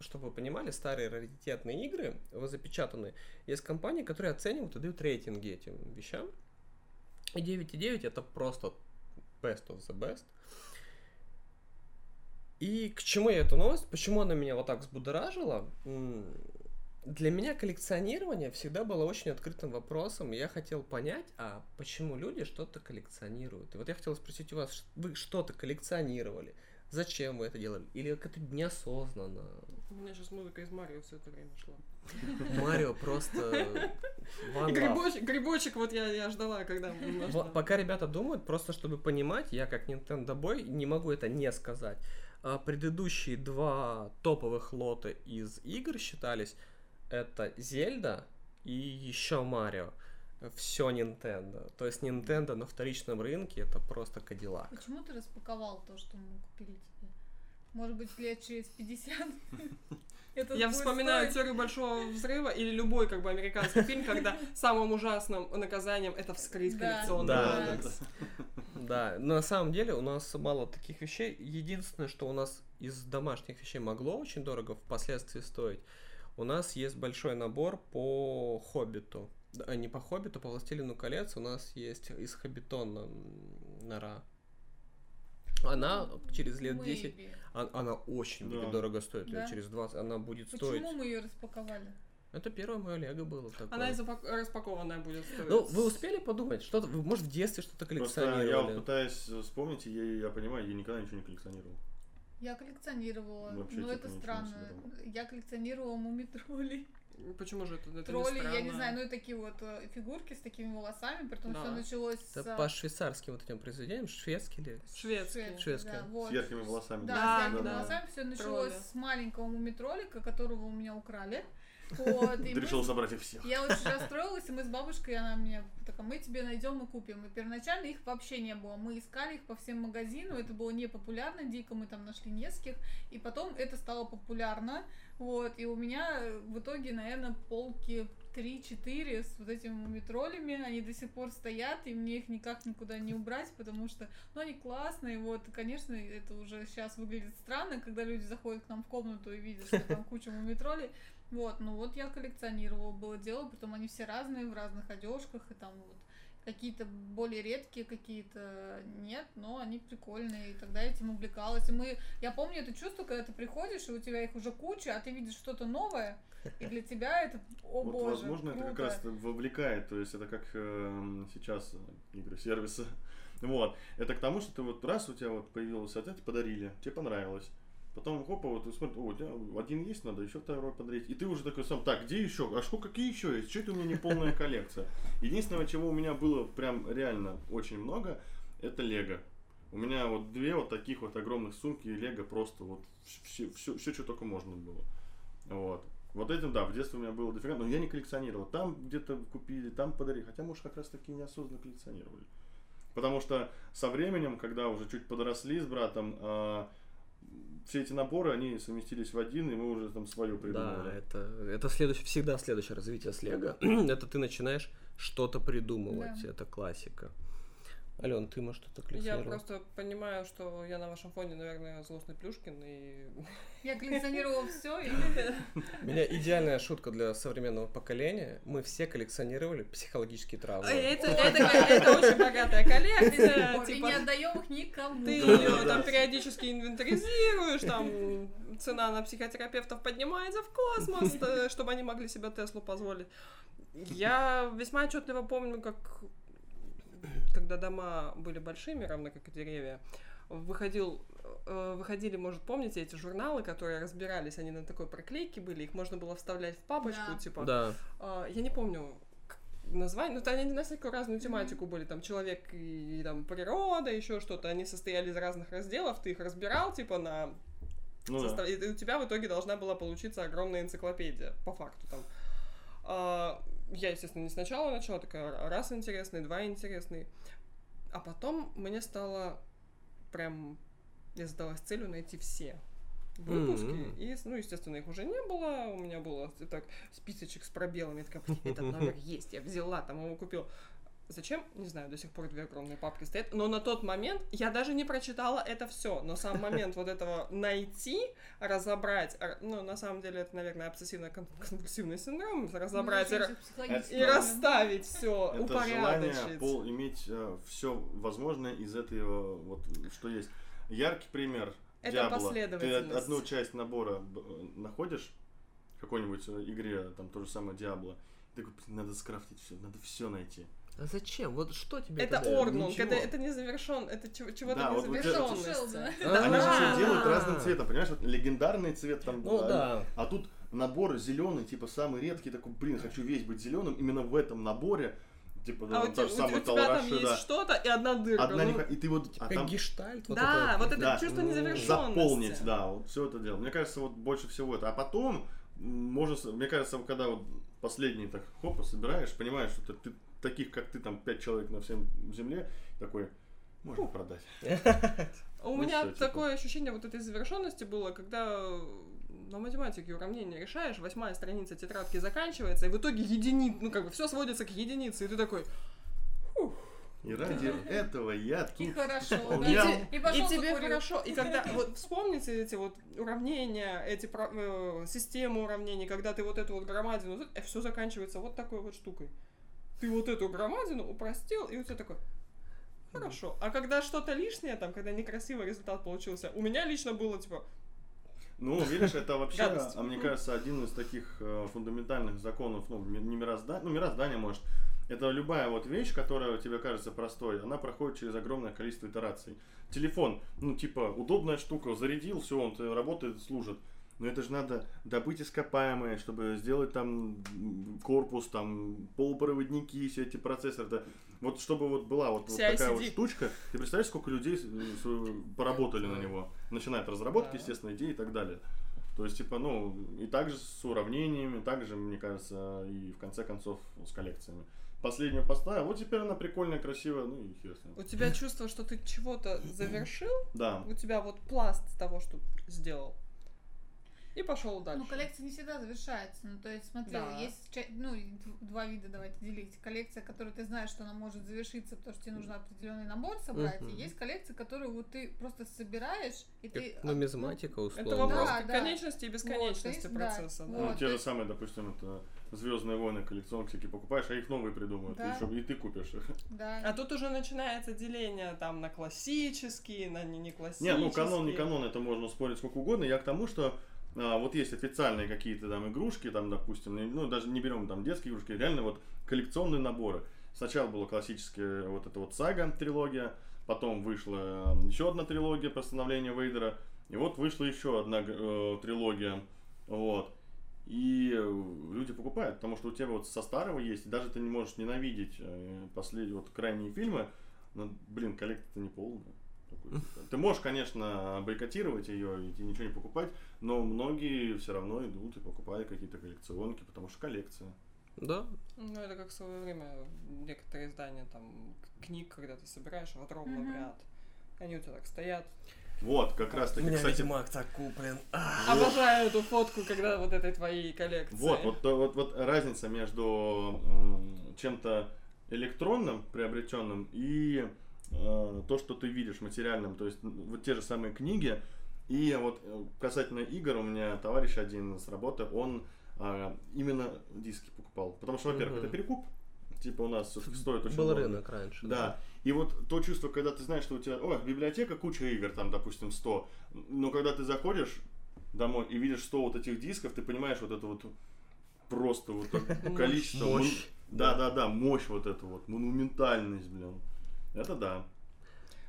Чтобы вы понимали, старые раритетные игры, вы запечатаны, есть компании, которые оценивают и дают рейтинги этим вещам. И 9,9 это просто best of the best. И к чему я эту новость? Почему она меня вот так взбудоражила? М, Для меня коллекционирование всегда было очень открытым вопросом. и Я хотел понять, а почему люди что-то коллекционируют? И вот я хотел спросить у вас, ш- вы что-то коллекционировали? Зачем вы это делали? Или как это неосознанно?
у меня сейчас музыка из Марио все это время шла.
Марио просто... one
И
love.
грибочек, грибочек вот я, я ждала, когда...
Во- Пока ребята думают, просто чтобы понимать, я как Nintendo Boy не могу это не сказать. А, Предыдущие два топовых лота из игр считались это Зельда и еще Марио. Все Nintendo. То есть Nintendo на вторичном рынке это просто Кадиллак.
Почему ты распаковал то, что мы купили тебе? Может быть, лет через 50? Это
Я
будет
вспоминаю
стоить.
теорию большого взрыва или любой как бы американский фильм, когда самым ужасным наказанием это вскрыть
Да.
коллекционный
Да,
да,
кодекс.
Да, но на самом деле у нас мало таких вещей. Единственное, что у нас из домашних вещей могло очень дорого впоследствии стоить, у нас есть большой набор по Хоббиту. Да, а, не по Хоббиту, по Властелину колец у нас есть из Хоббитона м, нора. Она через лет
Maybe.
10, а- она очень будет
Да.
дорого стоить, лет
Да.
через 20 она будет стоить.
Почему мы ее распаковали?
Это первое мое Лего было такое.
Она и запак- распакованная будет стоить.
Ну, вы успели подумать, что-то, вы, может, в детстве что-то
Просто я вот
коллекционировали?
пытаюсь э, вспомнить, и я, я понимаю, я никогда ничего не коллекционировал.
Я коллекционировала,
Вообще
но
типа
это
ничего не
странно. Я коллекционировала мумитролей.
Почему же это, это не
Тролли, я не
странно?
знаю, ну и такие вот э, фигурки с такими волосами, притом
Да.
все началось
Это
с... э,
по швейцарским вот этим произведениям, шведский ли?
Шведские.
Шведская.
да, вот.
С яркими волосами.
Да,
Да,
с яркими
да.
волосами все началось
Тролли.
с маленького мумитролика, которого у меня украли. Вот, и
Ты
мы
решил
с-
собрать их всех.
Я очень расстроилась, и мы с бабушкой, она мне такая, мы тебе найдем и купим. И первоначально их вообще не было. Мы искали их по всем магазинам, это было не популярно, дико мы там нашли нескольких. И потом это стало популярно. Вот, и у меня э, в итоге, наверное, полки 3-4 с вот этими мумитролями, они до сих пор стоят, и мне их никак никуда не убрать, потому что, ну, они классные, вот, и, конечно, это уже сейчас выглядит странно, когда люди заходят к нам в комнату и видят, что там куча мумитролей, вот, ну вот я коллекционировала, было дело, притом они все разные, в разных одежках, и там вот какие-то более редкие, какие-то нет, но они прикольные, и тогда этим увлекалась. И мы, я помню это чувство, когда ты приходишь, и у тебя их уже куча, а ты видишь что-то новое, и для тебя это, о
Вот,
боже,
возможно, это как
круто.
раз вовлекает, то есть это как эм, сейчас э, игры сервиса. Вот. Это к тому, что ты вот раз у тебя вот появилась, а тебе подарили, тебе понравилось. Потом хопа, вот ты смотришь, о, у тебя один есть, надо еще второй подарить. И ты уже такой сам, так, где еще? А что, какие еще есть? Что это у меня не полная коллекция? Единственное, чего у меня было прям реально очень много, это Лего. У меня вот две вот таких вот огромных сумки и Лего просто вот все, все, все, что только можно было. Вот. Вот этим, да, в детстве у меня было дофига, но я не коллекционировал. Там где-то купили, там подарили. Хотя, может, как раз таки неосознанно коллекционировали. Потому что со временем, когда уже чуть подросли с братом, а, все эти наборы, они совместились в один, и мы уже там свое
Да,
придумали.
это, это следующее, всегда следующее развитие с Лего. это ты начинаешь что-то придумывать.
Да.
Это классика. А, Ален, ты, может, это
Я
коллекционировал?
просто понимаю, что я на вашем фоне, наверное, злостный Плюшкин, и...
Я коллекционировала все и
У меня идеальная шутка для современного поколения. Мы все коллекционировали психологические травмы.
Ой, А, Это это- это очень богатая коллекция,
и
типа...
не отдаем их никому.
Ты
Да,
ее
да,
там
да.
периодически инвентаризируешь, там цена на психотерапевтов поднимается в космос, э, чтобы они могли себе Теслу позволить. Я весьма отчетливо помню, как когда дома были большими, равно как и деревья, выходил, э, выходили, может, помните, эти журналы, которые разбирались, они на такой проклейке были, их можно было вставлять в папочку,
Да.
типа,
Да.
а, Я не помню к- название, но там они на всякую разную тематику были, там человек и, там природа, еще что-то, они состояли из разных разделов, ты их разбирал, типа, на...
Ну да.
состав- и ты- у тебя в итоге должна была получиться огромная энциклопедия, по факту там. А, Я, естественно, не сначала начала, такая раз интересный, два интересный, а потом мне стало прям... Я задалась целью найти все выпуски.
Мгм.
И, ну, естественно, их уже не было. У меня было так списочек с пробелами. Я такая, «Блин, этот номер есть, я взяла, там его купила. Зачем? Не знаю, до сих пор две огромные папки стоят. Но на тот момент я даже не прочитала это все. Но сам момент вот этого найти, разобрать, а, ну, на самом деле, это, наверное, обсессивно-конвульсивный синдром,
Ну,
разобрать и, ра-
психологически.
и расставить все,
Это желание
упорядочить.
пол иметь все возможное из этого, вот, что есть. Яркий пример
Это
Diablo. Ты
последовательность.
од- одну часть набора б- э, находишь в какой-нибудь э, игре, там то же самое Диабло. Ты такой, «Блин, надо скрафтить все, надо все найти.
А зачем? Вот что тебе
Это
это
оргнул,
ничего.
это, это не завершен, это чего- чего-то
Да, вот у тебя-
незавершенности.
Они же
А-а-а.
все делают разным цветом, понимаешь? Вот легендарный цвет там.
Ну
а,
да.
А тут набор зеленый, типа самый редкий, такой, блин, хочу весь быть зеленым именно в этом наборе. Типа,
А
да,
у,
там
те-
та
у
же
тебя-
самая
у тебя там
Талаши,
есть
да.
что-то и одна дырка.
Одна
ну,
не- И ты вот... а
Как
там-
гештальт. вот
да,
это
вот это
да,
чувство
ну,
незавершенности.
заполнить, да, вот все это дело. Мне кажется, вот больше всего это. А потом, м, можно, с- мне кажется, вот когда вот последний так хопа собираешь, понимаешь, что ты, ты таких, как ты, там, пять человек на всем земле, такой, можно продать.
У
Ну,
меня
всё, типа.
такое ощущение вот этой завершенности было, когда э, на математике уравнение решаешь, восьмая страница тетрадки заканчивается, и в итоге единица, ну как бы все сводится к единице, и ты такой,
И ради этого я
И
тут...
хорошо.
Ну, У
да.
меня-
И пошел
«Ну, и тебе хорошо. И когда вот вспомните эти вот уравнения, эти про- э, системы уравнений, когда ты вот эту вот громадину, все заканчивается вот такой вот штукой. Ты вот эту громадину упростил, и у тебя такой. Хорошо. А когда что-то лишнее, там, когда некрасивый результат получился, у меня лично было типа.
Ну, видишь, это вообще,
Гадость.
а, мне кажется, один из таких э, фундаментальных законов, ну, ми- не мироздания, ну, мироздание, может, это любая вот вещь, которая тебе кажется простой, она проходит через огромное количество итераций. Телефон, ну, типа, удобная штука, зарядил, все, он э, работает, служит. Но это же надо добыть ископаемые, чтобы сделать там м, корпус, там полупроводники, все эти процессоры. Да. Вот чтобы вот была вот, вот
CICD.
такая вот штучка, ты представляешь, сколько людей э, с- поработали на него, начиная от разработки,
Да.
естественно, идеи и так далее. То есть, типа, ну, и также с уравнениями, также, мне кажется, и в конце концов с коллекциями. Последнюю поставил, вот теперь она прикольная, красивая, ну и хер с ним.
У тебя чувство, что ты чего-то завершил,
Да.
у тебя вот пласт того, что сделал. И пошел дальше.
Ну, коллекция не всегда завершается. Ну, то есть, смотри,
Да.
есть ча- ну, и дв- два вида давайте делить. Коллекция, которую ты знаешь, что она может завершиться, потому что тебе нужно определенный набор собрать.
Мгм.
И есть коллекция, которую вот ты просто собираешь,
Э,
и ты...
ну,
Как Ну, нумизматика,
а, ну, Это
условно.
вопрос
Да, да.
конечности и бесконечности
да.
процесса. да.
Вот,
ну, те
то
же
есть-
самые, допустим, это Звездные войны, коллекционщики покупаешь, а их новые придумывают.
Да.
И, ещё- и ты купишь их.
Да.
А тут уже начинается деление там на классические, на не, не
Не,
классические.
ну канон, не канон, это можно спорить сколько угодно. Я к тому, что а, вот есть официальные какие-то там игрушки, там, допустим, не- ну, даже не берем там детские игрушки, реально вот коллекционные наборы. Сначала была классическая вот эта вот сага, трилогия, потом вышла еще одна трилогия «Постановление Вейдера», и вот вышла еще одна э, трилогия, вот. И э, люди покупают, потому что у тебя вот со старого есть, и даже ты не можешь ненавидеть э, последние, вот крайние фильмы, но, блин, коллекция-то не полная. Такой, типа. Ты можешь, конечно, бойкотировать ее и ничего не покупать, но многие все равно идут и покупают какие-то коллекционки, потому что коллекция.
Да.
Ну, это как в свое время некоторые издания там к- книг, когда ты собираешь в огромный
Мгм.
ряд. Они у тебя так стоят.
Вот, как раз таки, кстати,
Ведьмак так куплен.
а,
А Обожаю эту фотку, когда вот этой твоей коллекции.
вот, вот, то- вот, вот разница между м, чем-то электронным, приобретенным и э, то, что ты видишь материальным, то есть м, вот те же самые книги. И вот э, касательно игр, у меня товарищ один с работы, он э, именно диски покупал. Потому что, во-первых,
Мгм.
это перекуп, типа у нас всё-таки стоит очень
Был
дорого.
рынок раньше.
Да. И вот то чувство, когда ты знаешь, что у тебя, ой, библиотека, куча игр, там, допустим, 100. Но когда ты заходишь домой и видишь 100 вот этих дисков, ты понимаешь вот это вот просто вот так
Мощь.
количество. мон-
Мощь.
Да, да, да, мощь вот эту вот, монументальность, блин. Это да.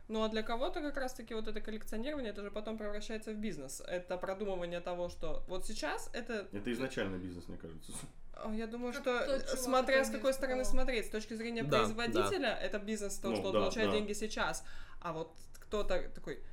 Ну а для кого-то как раз-таки вот это коллекционирование, это же потом превращается в бизнес. Это продумывание того, что вот сейчас это...
Это изначально бизнес, мне кажется.
а, Я думаю,
Как
что
тот чувак,
смотря с
который
какой
мне
стороны
сказал.
смотреть, с точки зрения
Да,
производителя, это бизнес, то,
Ну,
что он
да,
получает
да.
деньги сейчас. А вот кто-то такой,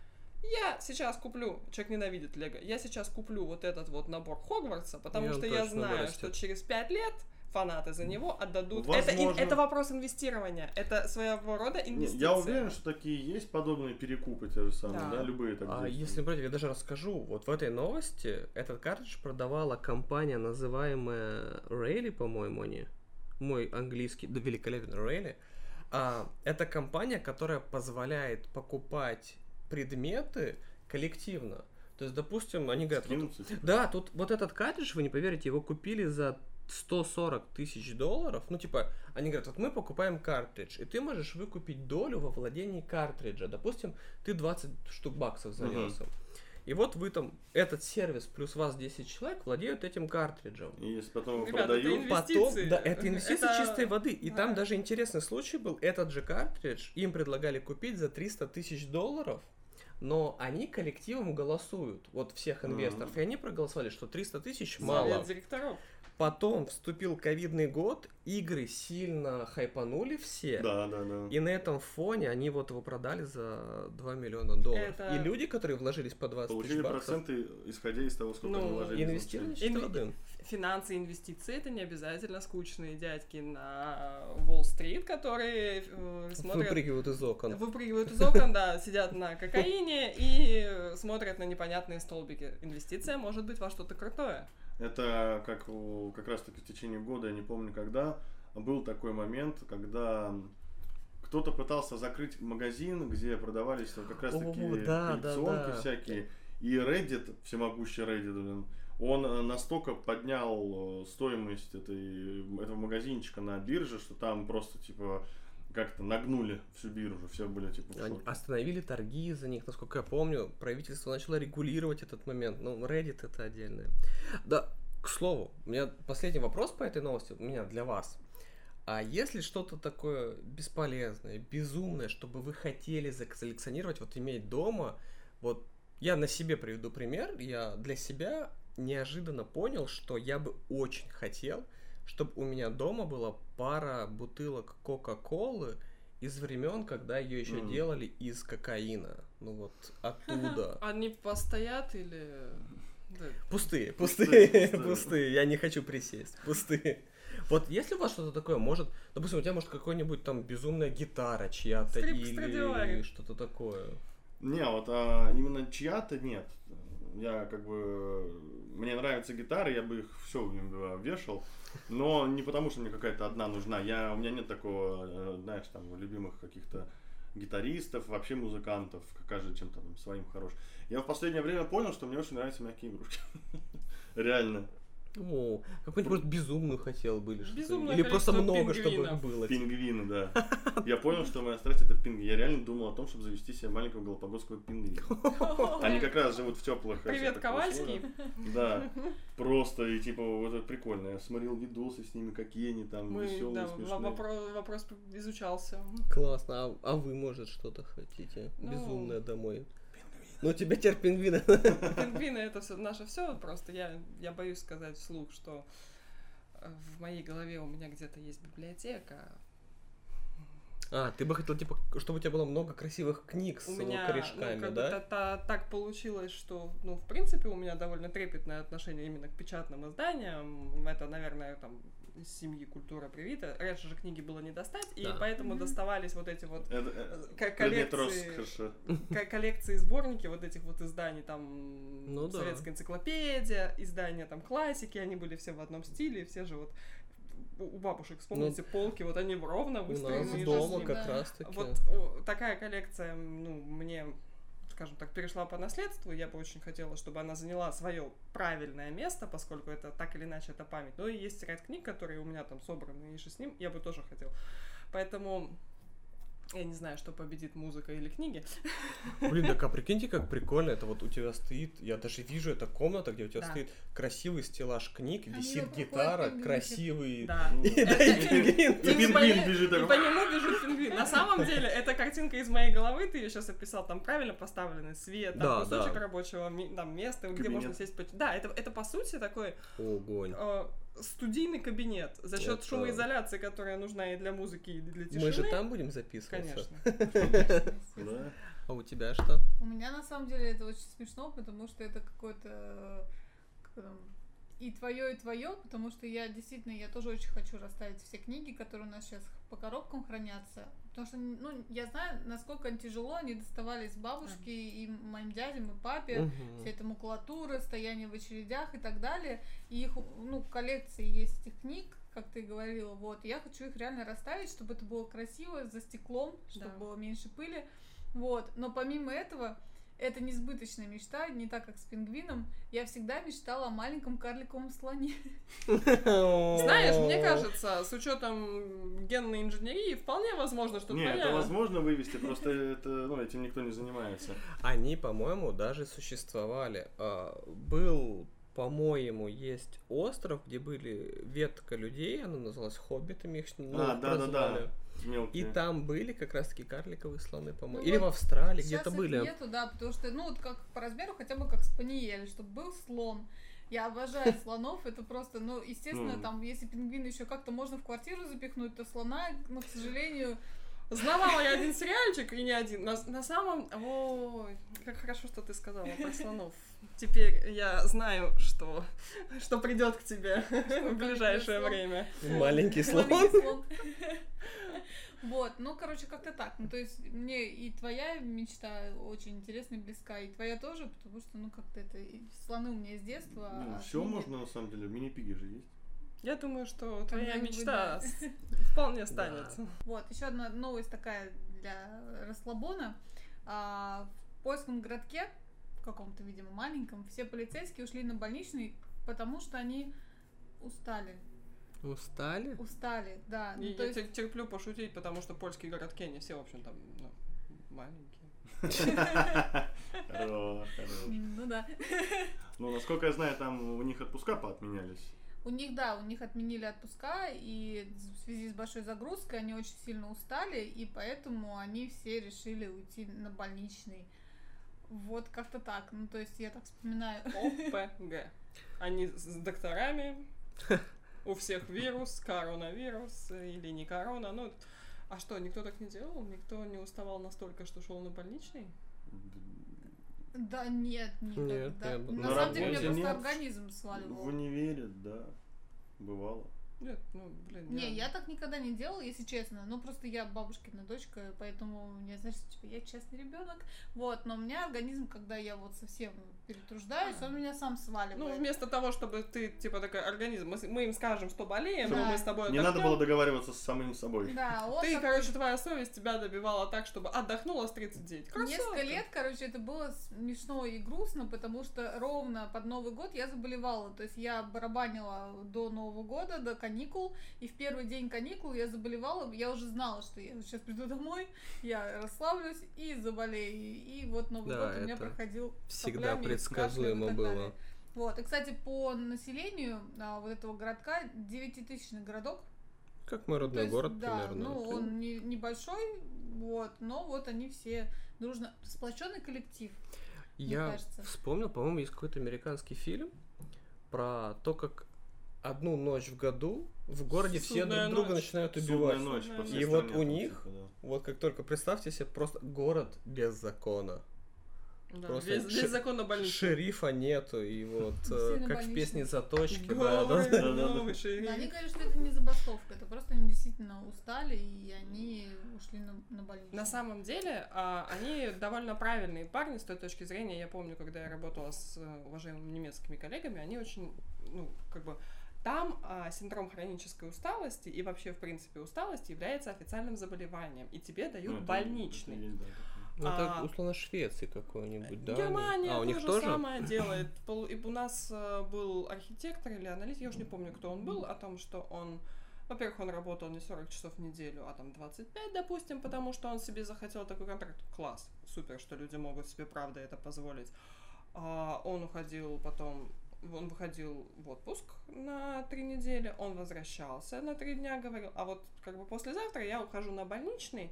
я сейчас куплю, человек ненавидит Лего, я сейчас куплю вот этот вот набор Хогвартса, потому
И он
что я
точно
знаю,
вырастет.
что через пять лет фанаты за него отдадут.
Ну,
Это, ин-
возможно.
это вопрос инвестирования, это своего рода
Не,
инвестиция.
Я уверен, что такие есть подобные перекупы те же самые,
Да.
да, любые так
А
действуют.
если брать, я даже расскажу. Вот в этой новости этот картридж продавала компания, называемая Рейли, по-моему, они. Мой английский, да великолепен Рейли. А, это компания, которая позволяет покупать предметы коллективно. То есть, допустим, они говорят, вот-
Скинуться, типа.
да, тут вот этот картридж, вы не поверите, его купили за 140 тысяч долларов. Ну, типа, они говорят, вот мы покупаем картридж, и ты можешь выкупить долю во владении картриджа. Допустим, ты 20 штук баксов занес. им. И вот вы там, этот сервис плюс вас 10 человек владеют этим картриджем.
И если потом его
Ребята, это
продают,
инве-
Потом,
Инвестиции.
да, это инвестиции
Это-
чистой воды. И там
да.
даже интересный случай был. Этот же картридж им предлагали купить за 300 тысяч долларов, но они коллективом голосуют, вот всех
Мгм.
инвесторов. И они проголосовали, что 300 тысяч
Совет
мало.
директоров.
Потом вступил ковидный год, игры сильно хайпанули все.
да, да, да.
И на этом фоне они вот его продали за 2 миллиона долларов.
Это-
И люди, которые вложились по 20
Получили
тысяч баксов,
проценты, исходя из того, сколько
Ну,
они вложили.
инвестировали
изначально.
чистой
Инве-
воды.
Финансы и инвестиции это не обязательно скучные дядьки на Уолл-стрит, которые э, смотрят,
Выпрыгивают из окон.
выпрыгивают из окон, да, сидят на кокаине и э, смотрят на непонятные столбики. Инвестиция может быть во что-то крутое.
Это как, у- как раз таки в течение года, я не помню когда, был такой момент, когда кто-то пытался закрыть магазин, где продавались вот как раз таки
О, да, да, да.
всякие. И Reddit, всемогущий Reddit, блин, он э, настолько поднял э, стоимость этой, этого магазинчика на бирже, что там просто типа как-то нагнули всю биржу, все были типа в
Они
шоке.
остановили торги за них, насколько я помню. Правительство начало регулировать этот момент. Ну, Reddit это отдельное. Да, к слову, у меня последний вопрос по этой новости у меня для вас. А если что-то такое бесполезное, безумное, чтобы вы хотели заколлекционировать, вот иметь дома, вот я на себе приведу пример, я для себя неожиданно понял, что я бы очень хотел, чтобы у меня дома была пара бутылок Кока-Колы из времен, когда ее еще
Мгм.
делали из кокаина. Ну вот оттуда.
Они постоят или... да,
Пустые,
Пустые,
пустые,
пустые.
пустые. Я не хочу присесть. Пустые. Вот если у вас что-то такое, может, допустим, у тебя может какой-нибудь там безумная гитара чья-то
Стрип
или
Страдивари.
что-то такое.
Не, вот а, именно чья-то нет. Я как бы... Мне нравятся гитары, я бы их все а, вешал. Но не потому, что мне какая-то одна нужна. Я, у меня нет такого, э, знаешь, там, любимых каких-то гитаристов, вообще музыкантов, каждый чем-то там своим хорош. Я в последнее время понял, что мне очень нравятся мягкие игрушки. Реально.
О, какую-нибудь, может, безумную хотел бы или что-то.
Безумное
Или просто
количество
много, чтобы
пингвинов.
их было.
Пингвины, да. Я понял, что моя страсть это пингвины. Я реально думал о том, чтобы завести себе маленького голопогодского пингвина. Они как раз живут в теплых.
Привет, Ковальский.
Да, просто, и типа, вот это прикольно. Я смотрел видосы с ними, какие они там,
Мы,
веселые,
да,
смешные.
вопро- вопрос изучался.
Классно. А, а вы, может, что-то хотите?
Ну.
Безумное домой. Ну, тебя теперь пингвины.
Пингвины это все наше все просто. Я, я боюсь сказать вслух, что э, в моей голове у меня где-то есть библиотека.
А, ты бы хотел, типа, чтобы у тебя было много красивых книг с
у меня ну,
корешками,
как бы
да?
та- та- так получилось, что ну в принципе у меня довольно трепетное отношение именно к печатным изданиям. Это, наверное, там из семьи культура привита. Раньше же книги было не достать,
Да.
и поэтому
Мгм.
доставались вот эти вот
Это, э,
Как
предмет
коллекции.
роскоши.
К- коллекции сборники вот этих вот изданий, там
Ну да.
советская энциклопедия, издания там классики, они были все в одном стиле, и все же вот у бабушек, вспомните, полки, вот они ровно
Ну, У
выстроены.
нас
же
и
дома
с
жизнь.
ним,
как
да.
раз таки.
Вот о, такая коллекция, ну, мне, скажем так, перешла по наследству. Я бы очень хотела, чтобы она заняла свое правильное место, поскольку это так или иначе это память. Но и есть ряд книг, которые у меня там собраны, и же с ним я бы тоже хотела. Поэтому я не знаю, что победит музыка или книги.
Блин, так а прикиньте, как прикольно, это вот у тебя стоит, я даже вижу, это комната, где у тебя
Да. А
стоит красивый стеллаж книг,
Они
висит
его
гитара,
проходят,
красивый...
Да.
И ну, да, и пингвин.
И
Ну, И
по ней-
пингвин бежит
И по
такой.
нему бежит пингвин. На самом деле, эта картинка из моей головы, ты ее сейчас описал, там правильно поставленный свет, там
Да,
кусочек
да.
рабочего ми- там, места, где
Кабинет.
можно сесть. поч- Да, это, это по сути такой
Огонь.
э, студийный кабинет за счет
Это-
шумоизоляции, которая нужна и для музыки, и для тишины.
Мы же там будем записываться?
Конечно.
Естественно.
Да.
А у тебя что?
У меня на самом деле это очень смешно, потому что это какое-то э, как там, и твое, и твое, потому что я действительно, я тоже очень хочу расставить все книги, которые у нас сейчас по коробкам хранятся. Потому что, ну, я знаю, насколько им тяжело, они доставались бабушке и моим дядям, и папе.
Мгм.
Вся эта макулатура, стояние в очередях и так далее. И их, ну, в коллекции есть этих книг, как ты говорила, вот. Я хочу их реально расставить, чтобы это было красиво, за стеклом, чтобы
Да.
было меньше пыли. Вот. Но помимо этого, это несбыточная мечта, не так как с пингвином. Я всегда мечтала о маленьком карликовом слоне.
Знаешь, мне кажется, с учетом генной инженерии вполне возможно, что
Не,
твоя-
это возможно вывести, просто это, ну, этим никто не занимается.
Они, по-моему, даже существовали. А, Был, по-моему, есть остров, где были ветка людей, она называлась хоббитами, их ну,
А, да-да-да.
прозвали. И
Мелкие.
там были как раз-таки карликовые слоны, по-моему.
Ну
Или
вот
в Австралии
Сейчас
где-то
их
были.
нету, да, потому что, ну, вот как по размеру, хотя бы как спаниель, чтобы был слон. Я обожаю слонов, это просто, ну, естественно,
Ну.
там, если пингвина еще как-то можно в квартиру запихнуть, то слона, ну, к сожалению,
Знавала я один сериальчик и не один. На, на самом... Ой, как хорошо, что ты сказала про слонов. Теперь я знаю, что, что придет к тебе в ближайшее
слон.
время.
Маленький слон.
маленький слон. Вот, ну, короче, как-то так. Ну, то есть, мне и твоя мечта очень интересна и близка, и твоя тоже, потому что, ну, как-то это и слоны у меня с детства. а
все
книги-
Ну, можно на самом деле, мини-пиги же есть.
Я думаю, что твоя
Когда-нибудь, да.
мечта с- вполне станется.
Вот, еще одна новость такая для расслабона. А, в польском городке, в каком-то, видимо, маленьком, все полицейские ушли на больничный, потому что они устали.
Устали?
Устали, да. Ну,
И
то
я
есть-
те- терплю пошутить, потому что польские городки, они все, в общем, там ну, маленькие.
Хорош, хорош.
Ну да.
Ну, насколько я знаю, там у них отпуска поотменялись.
У них, да, у них отменили отпуска, и в связи с большой загрузкой они очень сильно устали, и поэтому они все решили уйти на больничный. Вот как-то так. Ну, то есть я так вспоминаю.
ОПГ. Они с докторами, у всех вирус, коронавирус или не корона. Ну, а что, никто так не делал? Никто не уставал настолько, что шел на больничный?
Да нет, никогда.
Нет, я бы-
На,
На
самом деле у меня
работе
просто
нет.
организм сваливал.
В универе, да. Бывало.
Нет, ну, блин,
Не, я так никогда не делала, если честно. Ну, просто я бабушкина дочка, поэтому мне, знаешь, типа, я честный ребенок. Вот, но у меня организм, когда я вот совсем перетруждаюсь,
А.
он меня сам сваливает.
Ну, вместо того, чтобы ты, типа, такой организм, мы, с- мы им скажем, что болеем,
Да.
мы с тобой
Не надо
отдохнем.
было договариваться с самим собой.
Да, вот
Ты,
так
короче, твоя совесть тебя добивала так, чтобы отдохнула с 39. Красотка.
Несколько лет, короче, это было смешно и грустно, потому что ровно под Новый год я заболевала. То есть я барабанила до Нового года, до каникул, и в первый день каникул я заболевала. Я уже знала, что я сейчас приду домой, я расслаблюсь и заболею. И вот Новый
Да,
год у меня
это
проходил с
Всегда
соплями, с кашлем и
предсказуемо
так
было.
далее. Вот, и, кстати, по населению а, вот этого городка 9000 городок,
Как мой
то
родной
есть,
город
да,
примерно.
Ну, он не- небольшой, вот, но вот они все дружно. Сплоченный коллектив. мне
Я
кажется.
вспомнил, по-моему, есть какой-то американский фильм про то, как одну ночь в году в городе все
Судная
друг друга
ночь.
начинают
Судная
убивать.
ночь по всей
И вот
стране
у
там,
них-
типа, да.
Вот как только представьте себе просто город без закона.
Да,
Просто
весь,
ши-
весь закон на больничном.
Шерифа нету, и вот
Все
э,
на
как в
больничном.
песне заточки, да, да,
Голый
да.
да, да.
новый шериф.
Да, они говорят, что это не забастовка, это просто они действительно устали и они ушли на, на больничный.
На самом деле, а, они довольно правильные парни с той точки зрения. Я помню, когда я работала с э, уважаемыми немецкими коллегами, они очень, ну, как бы Там а, синдром хронической усталости и вообще, в принципе, усталость является официальным заболеванием, и тебе
Ну,
дают
это-
больничный.
это есть, да, такое.
Ну, это
А.
условно Швеции какой-нибудь, да? они-
Э, Германия
А, у
то
них
же
тоже?
самое делает. Пол- И у нас э, был архитектор или аналитик, я уже не помню, кто он был, о том, что он, во-первых, он работал не 40 часов в неделю, а там 25, допустим, потому что он себе захотел такой контракт. Класс, супер, что люди могут себе, правда, это позволить. А он уходил потом он выходил в отпуск на три недели, он возвращался на три дня, говорил, а вот как бы послезавтра я ухожу на больничный,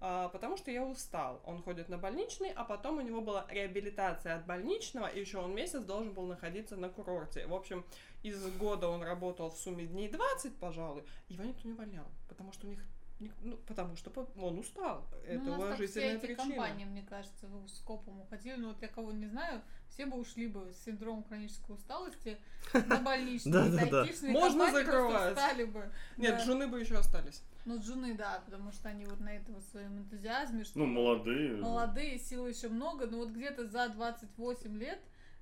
а, потому что я устал. Он ходит на больничный, а потом у него была реабилитация от больничного, и еще он месяц должен был находиться на курорте. В общем, из года он работал в сумме дней 20, пожалуй, его никто не увольнял, потому что у них ник- ну, потому что по- он устал. Это
ну, у нас так все
уважительная
эти
причина.
компании, мне кажется, в- скопом уходили. Но вот я кого не знаю, все бы ушли бы с синдромом хронической усталости на больничный.
Да-да-да.
айтишные
Можно
компании просто
закрывать.
встали бы.
Нет,
Да.
жены бы еще остались.
Ну, джуны, да, потому что они вот на этом своем энтузиазме, что
Ну, молодые.
молодые, силы еще много, но вот где-то за 28 лет,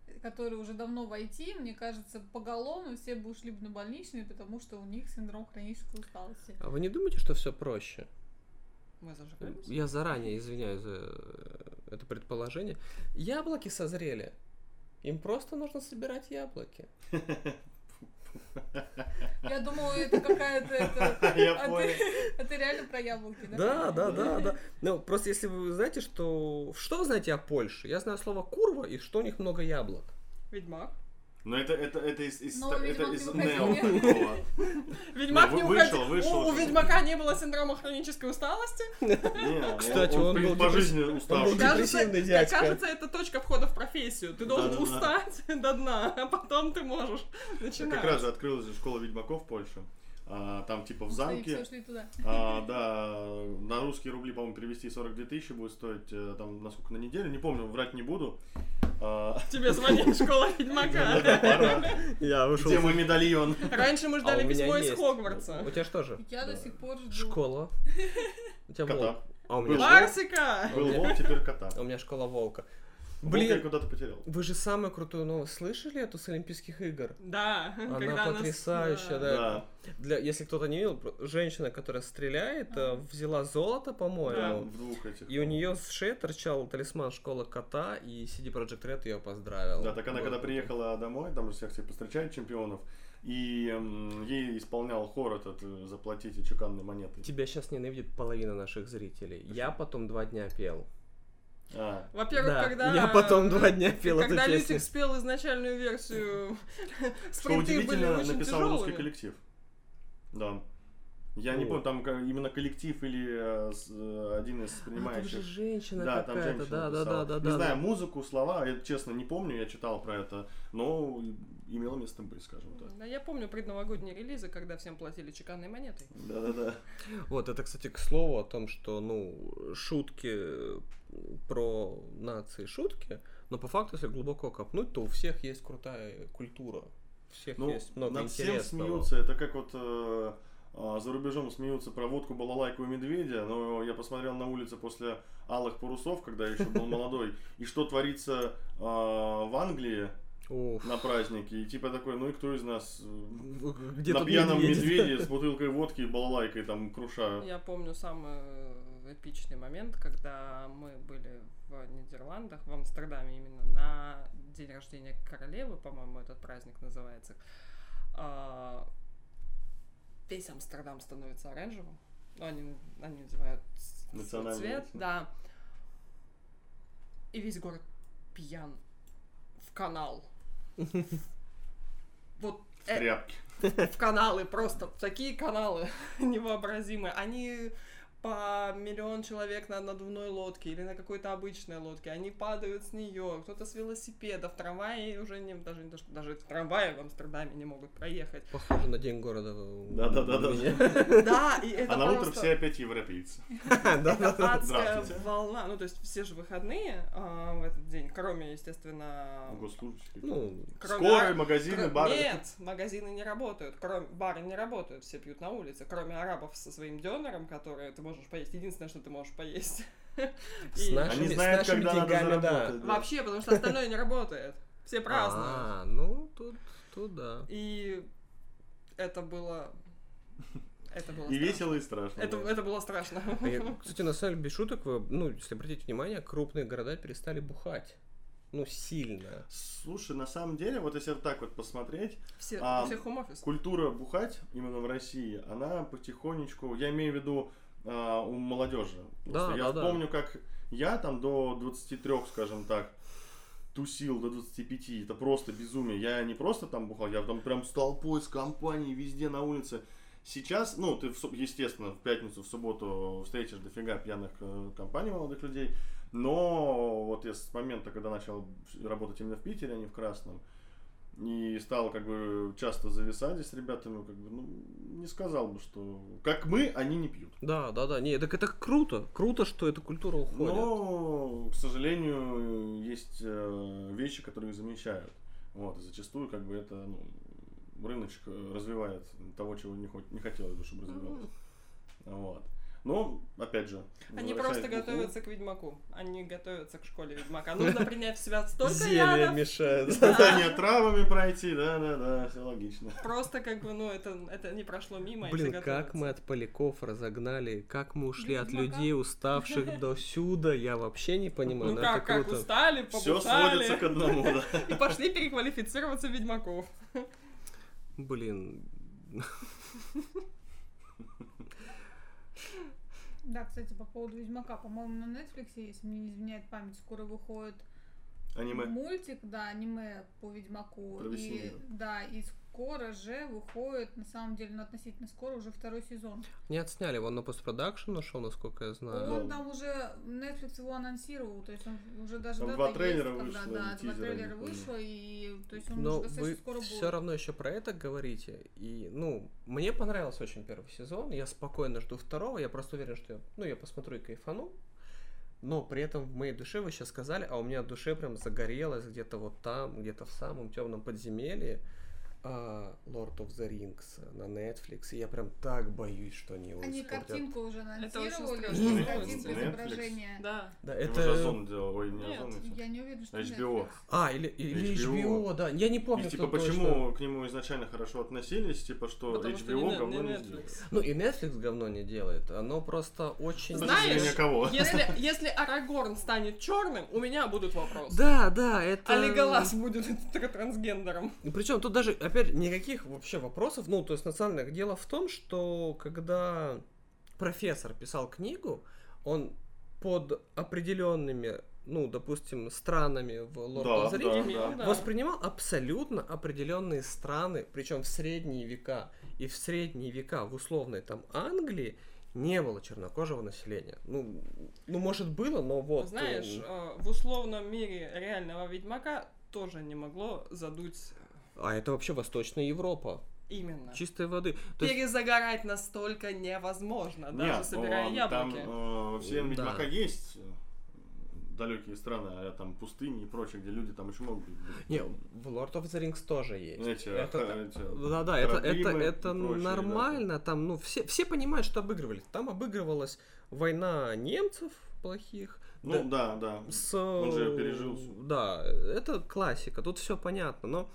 э, которые уже давно в IT, мне кажется, поголовно все бы ушли бы на больничные, потому что у них синдром хронической усталости.
А вы не думаете, что все проще?
Мы зажигаемся.
Я заранее извиняюсь за э, это предположение. Яблоки созрели. Им просто нужно собирать яблоки.
Я думаю, это какая-то... это-
Я
а ты-
понял.
А ты реально про яблоки, да?
Да, да, да, да. Ну, просто если вы знаете, что... Что вы знаете о Польше? Я знаю слово курва и что у них много яблок.
Ведьмак.
Но это, это, это из, из,
Новый
это
Ведьмак
из
Ну, не
Нео
выходил.
такого.
Ведьмак
Ну,
не
вы- вышел,
уходил.
вышел
У, у
уже.
Ведьмака не было синдрома хронической усталости.
Не,
Кстати, он
при-
был
по
депресс-
жизни уставший.
Даже-
депрессивный
Как
дядька.
кажется, это точка входа в профессию. Ты должен
Да-да-да.
устать до дна, а потом ты можешь
Так
начинать.
Как раз же открылась же школа ведьмаков в Польше. А, Там типа в замке.
Все шли туда.
А, да, на русские рубли, по-моему, перевести 42 тысячи будет стоить, э, там, насколько на неделю, не помню, врать не буду. А,
Тебе звонит школа Ведьмака.
пора.
Я
Где мой медальон?
Раньше мы ждали
А у меня
письмо из
есть.
Хогвартса.
У тебя что же?
Я до сих пор жду.
Школа. У тебя волк.
Кота.
А у
Был.
меня,
Барсика!
Был волк, теперь кота.
а у меня школа волка.
Блин. я
Блин,
куда-то потерял.
вы же самую крутую новость слышали эту с Олимпийских игр?
Да.
Она
когда нас- э,
потрясающая, да.
Да.
Для, если кто-то не видел, про- женщина, которая стреляет, э,
Ага.
взяла золото,
Да,
по-моему.
В двух этих.
И у нее с шеи торчал талисман школы кота, и CD Projekt Red ее поздравил.
Да, так она когда приехала домой, там же всех всех постречает чемпионов, и эм, ей исполнял хор этот э, «Заплатите чеканной монеты».
Тебя сейчас ненавидит половина наших зрителей. Я потом два дня пел.
А,
Во-первых,
Да,
когда...
я потом два дня пел эту
Когда
песню.
Лютик спел изначальную версию,
Что
спринты были
удивительно,
очень
написал русский
тяжелыми.
коллектив. Да. Я не
Вот.
помню, там ка- именно коллектив или э, с- э, один из
А, там же
принимающих.
женщина
Да, там
какая-то,
женщина
да, да, да,
написала.
да,
Не
да.
знаю, музыку, слова, я честно не помню, я читал про это, но имело место быть, скажем так.
Да, я помню предновогодние релизы, когда всем платили чеканной монетой.
Да-да-да.
Вот, это, кстати, к слову о том, что, ну, шутки э, про нации шутки, но по факту, если глубоко копнуть, то у всех есть крутая культура. У всех
Ну,
есть много
над всем
интересного.
смеются, это как вот э, а, за рубежом смеются про водку, балалайку и медведя, но я посмотрел на улице после алых парусов, когда я еще был молодой, и что творится э, в Англии
Уф.
на празднике, и типа такой, ну и кто из нас э,
Где
на
тут
пьяном
медведи?
медведе с бутылкой водки и балалайкой там круша.
Я помню самый э, эпичный момент, когда мы были в Нидерландах, в Амстердаме именно, на день рождения королевы, по-моему, этот праздник называется. А, Весь Амстердам становится оранжевым. Ну, они, они надевают с- свой
Национальный
цвет,
цвет.
да. И весь город пьян в канал. Вот э,
Тряпки.
в каналы просто, в такие каналы невообразимые. Они по миллион человек на надувной лодке или на какой-то обычной лодке. Они падают с нее, кто-то с велосипеда, в трамвае уже не, даже, даже, даже в трамвае в Амстердаме не могут проехать.
Похоже на День города. у
Да-да-да-да.
меня.
Да, и это
А на утро
просто-
все опять европейцы.
Да-да-да.
Это адская
Здравствуйте.
волна. Ну, то есть все же выходные а, в этот день, кроме, естественно,
Госслужащие.
Ну,
кроме
Скорые, магазины,
Кро-
бары.
Нет, магазины не работают, кроме бары не работают, все пьют на улице, кроме арабов со своим донором, которые ты можешь поесть. Единственное, что ты можешь поесть.
с
И
нашими, с
знают,
нашими
когда надо
деньгами, да.
заработать.
Вообще, потому что остальное не работает. Все празднуют.
А, ну, тут, тут да.
И это было... Это было
И
страшно.
весело, и страшно.
Это,
да.
это было страшно.
А я- Кстати, на самом деле, без шуток, вы, ну, если обратить внимание, крупные города перестали бухать. Ну, сильно.
Слушай, на самом деле, вот если вот так вот посмотреть,
Все,
А,
все home-офис.
культура бухать именно в России, она потихонечку, я имею в виду а, у молодежи. Просто
Да, да,
я
да.
помню, как я там до 23, скажем так, тусил до 25, это просто безумие. Я не просто там бухал, я там прям с толпой, с компанией, везде на улице. Сейчас, ну, ты, в суб- естественно, в пятницу, в субботу встретишь дофига пьяных э, компаний молодых людей, но вот я с момента, когда начал работать именно в Питере, а не в Красном, и стал как бы часто зависать здесь с ребятами, как бы, ну, не сказал бы, что... Как мы, они не пьют.
Да, да, да. Не, так это круто. Круто, что эта культура уходит.
Но, к сожалению, есть э, вещи, которые их замещают. Вот, и зачастую, как бы, это, ну, рыночек э, развивает того, чего не, хо- не хотелось бы, чтобы развивалось. Вот. Но, опять же...
Они
возвращаясь
просто
к бухлу,
готовятся к Ведьмаку. Они готовятся к школе Ведьмака. Нужно принять в себя столько
Зелье
ядов.
мешает.
Испытания травами пройти, да-да-да, все логично.
Просто как бы, ну, это, это не прошло мимо. и все
Блин, как
готовятся.
мы от поляков разогнали, как мы ушли от
Ведьмака.
людей, уставших до сюда, я вообще не понимаю.
Ну
но
как,
это
как
круто.
устали,
Все
побухали
сводится к одному, да.
и пошли переквалифицироваться в Ведьмаков.
Блин.
Да, кстати, по поводу Ведьмака, по-моему, на Netflix, если мне не изменяет память, скоро выходит
Аниме.
мультик, да, аниме по Ведьмаку.
Про
И,
Весеннего.
да, и скоро же выходит, на самом деле, ну, относительно скоро, уже второй сезон.
Не отсняли, его на постпродакшн ушел, насколько я знаю.
Он там уже, Netflix его анонсировал, то есть он уже даже...
Там
дата
два
есть,
трейлера
когда, Да,
вышло, и
два
тизера, я
трейлера
не помню.
вышло, и то есть он
Но
уже
вы
достаточно скоро будет.
все равно еще про это говорите. И, ну, мне понравился очень первый сезон. Я спокойно жду второго. Я просто уверен, что я, ну, я посмотрю и кайфану. Но при этом в моей душе вы сейчас сказали, а у меня в душе прям загорелось где-то вот там, где-то в самом темном подземелье а, Lord of the Rings на Netflix. И я прям так боюсь, что они его
Они
испортят.
картинку уже
Это очень
анонсировали,
страшно.
и
Netflix,
картинку
Netflix.
изображения.
Да.
Да, это...
Это... Уже Озон делал, ой, не
Нет,
Озон, а чё?
Я не уверена, что
HBO.
Netflix.
А, или, или HBO.
HBO.
да. Я не помню,
И, типа,
кто точно.
почему к нему изначально хорошо относились, типа, что
Потому
HBO
что не- не
говно не,
Netflix.
сделает.
Ну и Netflix говно не делает. Оно просто очень...
С точки
Знаешь,
зрения кого?
Если, если Арагорн станет черным, у меня будут вопросы.
Да, да, это...
А Леголас будет тр- трансгендером.
Причем тут даже, опять, никаких вообще вопросов. Ну, то есть, национальное дело в том, что когда профессор писал книгу, он под определенными, ну, допустим, странами в Лорд
Да,
оф the Rings»
да,
Именно, да.
воспринимал абсолютно определенные страны, причем в средние века. И в средние века в условной там Англии не было чернокожего населения. Ну, ну может было, но вот.
Знаешь,
эм,
э, в условном мире реального ведьмака тоже не могло задуть
а это вообще Восточная Европа,
именно.
чистой воды. То есть-
Перезагорать настолько невозможно, даже
Нет,
собирая
ну,
яблоки.
Там э, все
Да.
Ведьмака есть э, далекие страны, а там пустыни и прочее, где люди там еще могут быть.
Не, в Lord of the Rings тоже есть.
Эти,
это-
э, эти
Да, да, это, это,
Карабимы и
это
прочие, да,
нормально. Там, ну, все, все понимают, что обыгрывали. Там обыгрывалась война немцев плохих.
Ну да, да.
с...
он же пережил всё.
Да, это классика, тут все понятно, но.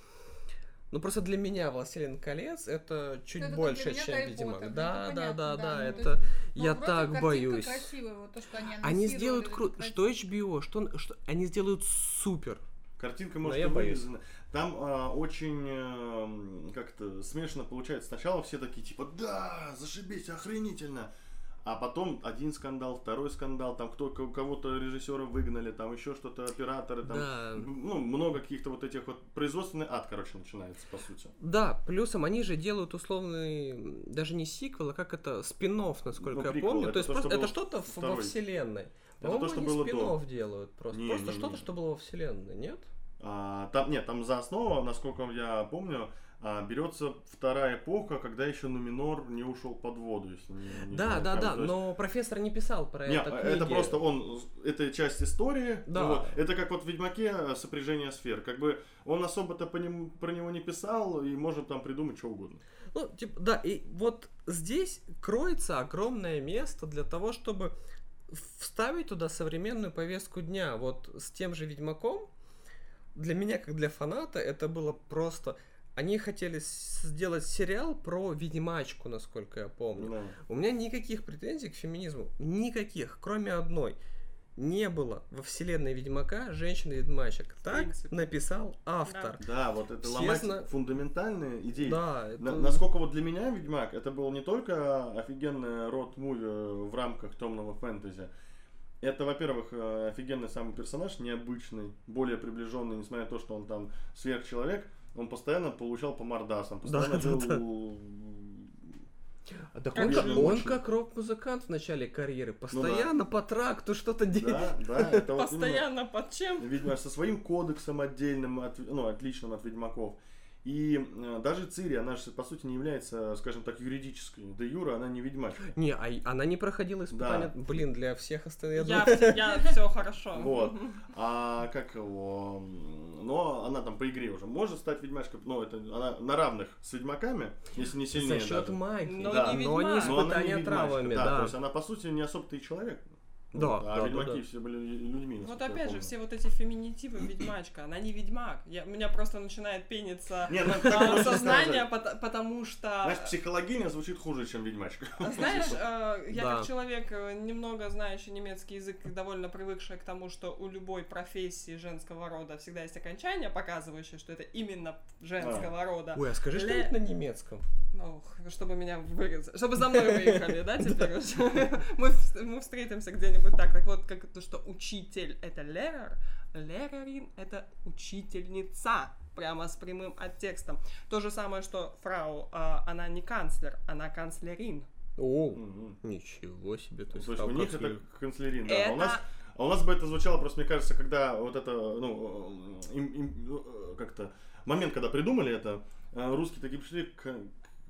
Ну просто для меня Властелин колец это чуть
Ну, Это как
больше,
для меня
чем
Гарри
Ведьмак.
Поттер, ну,
да,
это
да,
понятно,
да,
да,
да,
ну, то
это
Ну,
я
вроде
так
картинка
боюсь.
красивая, вот то, что они
Они
анонсировали,
сделают
это
круто.
красиво.
Что HBO, что, что они сделают супер.
Картинка может
я
быть
боюсь.
вырезана. Там а, очень эм, как-то смешно получается. Сначала все такие типа да, зашибись, охренительно. А потом один скандал, второй скандал, там кто у кого-то режиссера выгнали, там еще что-то операторы, там
Да.
ну, много каких-то вот этих вот производственный ад, короче, начинается по сути.
Да, плюсом они же делают условный, м, даже не сиквел, а как это, спин насколько
Ну,
я
приквел,
помню.
это
то есть
то,
просто
что
это
было
что-то в- во
второй.
вселенной.
то,
По-моему,
что
они
было до.
спин-офф делают просто.
Не,
просто
не,
что-то,
не.
что было во вселенной, нет?
А, там нет, там за основу, насколько я помню, а, берется вторая эпоха, когда еще Нуминор не ушел под воду, если не, не
Да,
знаю,
да,
там,
да,
то есть-
но профессор не писал про
Не,
это
а
книги.
это просто он, это часть истории.
Да.
Вот. Это как вот в Ведьмаке э, сопряжение сфер. Как бы он особо-то по нему, про него не писал, и можно там придумать что угодно.
Ну, типа, да, и вот здесь кроется огромное место для того, чтобы вставить туда современную повестку дня. Вот с тем же Ведьмаком, для меня, как для фаната, это было просто Они хотели с- сделать сериал про ведьмачку, насколько я помню.
Да.
У меня никаких претензий к феминизму. Никаких, кроме одной. Не было во вселенной Ведьмака женщин-ведьмачек. Так
принципе.
написал автор.
Да, вот это ломать
Честно-
фундаментальные идеи.
Да, это...
На- Насколько вот для меня Ведьмак это был не только офигенный род муви э, в рамках темного фэнтези. Это, во-первых, э, офигенный самый персонаж, необычный, более приближенный, несмотря на то, что он там сверхчеловек, он постоянно получал по мордасам, постоянно
Да, да,
был...
А так
Как
он,
же
как,
он
он
очень.
как рок-музыкант в начале карьеры. Постоянно по тракту что-то делает.
э, Да, да, это вот именно-
Постоянно под чем?
Ведьмак со своим кодексом отдельным, от- ну, отличным от ведьмаков. И э, даже Цири, она же, по сути, не является, скажем так, юридической. Де Юра, она не ведьмачка.
Не, а и- она не проходила испытания. Блин, для всех остальных.
Я, все хорошо.
Вот. А как его... м, Но она там по игре уже может стать ведьмачкой, но это она на равных с ведьмаками, если не
За
сильнее
счет
даже.
магии.
Но
Да.
не
Но
ведьмак.
они-
Но она не
испытания
ведьмачка,
травами, да.
То есть она, по сути, не особо-то и человек.
Да,
Вот,
да,
а
да,
ведьмаки
да.
все были людьми.
Вот
насколько я
опять же,
помню.
все вот эти феминитивы ведьмачка, она не ведьмак. Я, у меня просто начинает пениться
Не, ну, так
а,
можно
сознание,
сказать.
пото- потому что...
Знаешь, психологиня звучит хуже, чем ведьмачка. Типа.
А Знаешь, э, я
Да.
как человек, э, немного знающий немецкий язык, и довольно привыкший к тому, что у любой профессии женского рода всегда есть окончание, показывающее, что это именно женского рода.
Ой, а скажи
Ле-
что-нибудь на немецком.
Ох, чтобы меня вырезали. Чтобы за мной выехали, да, теперь уже? Мы вс- Мы встретимся где-нибудь так. Так вот, как то, что учитель — это лерер, лерерин — это учительница. Прямо с прямым оттекстом. То же самое, что фрау, а, она не канцлер, она канцлерин. а,
О,
Мгм.
ничего себе.
Ну, То
То есть,
есть у
там
них
как
это
ли-
канцлерин, да. А
это
у нас А у нас бы это звучало просто, мне кажется, когда вот это, ну, э, им- им, э, как-то момент, когда придумали это, э, русские такие пришли к,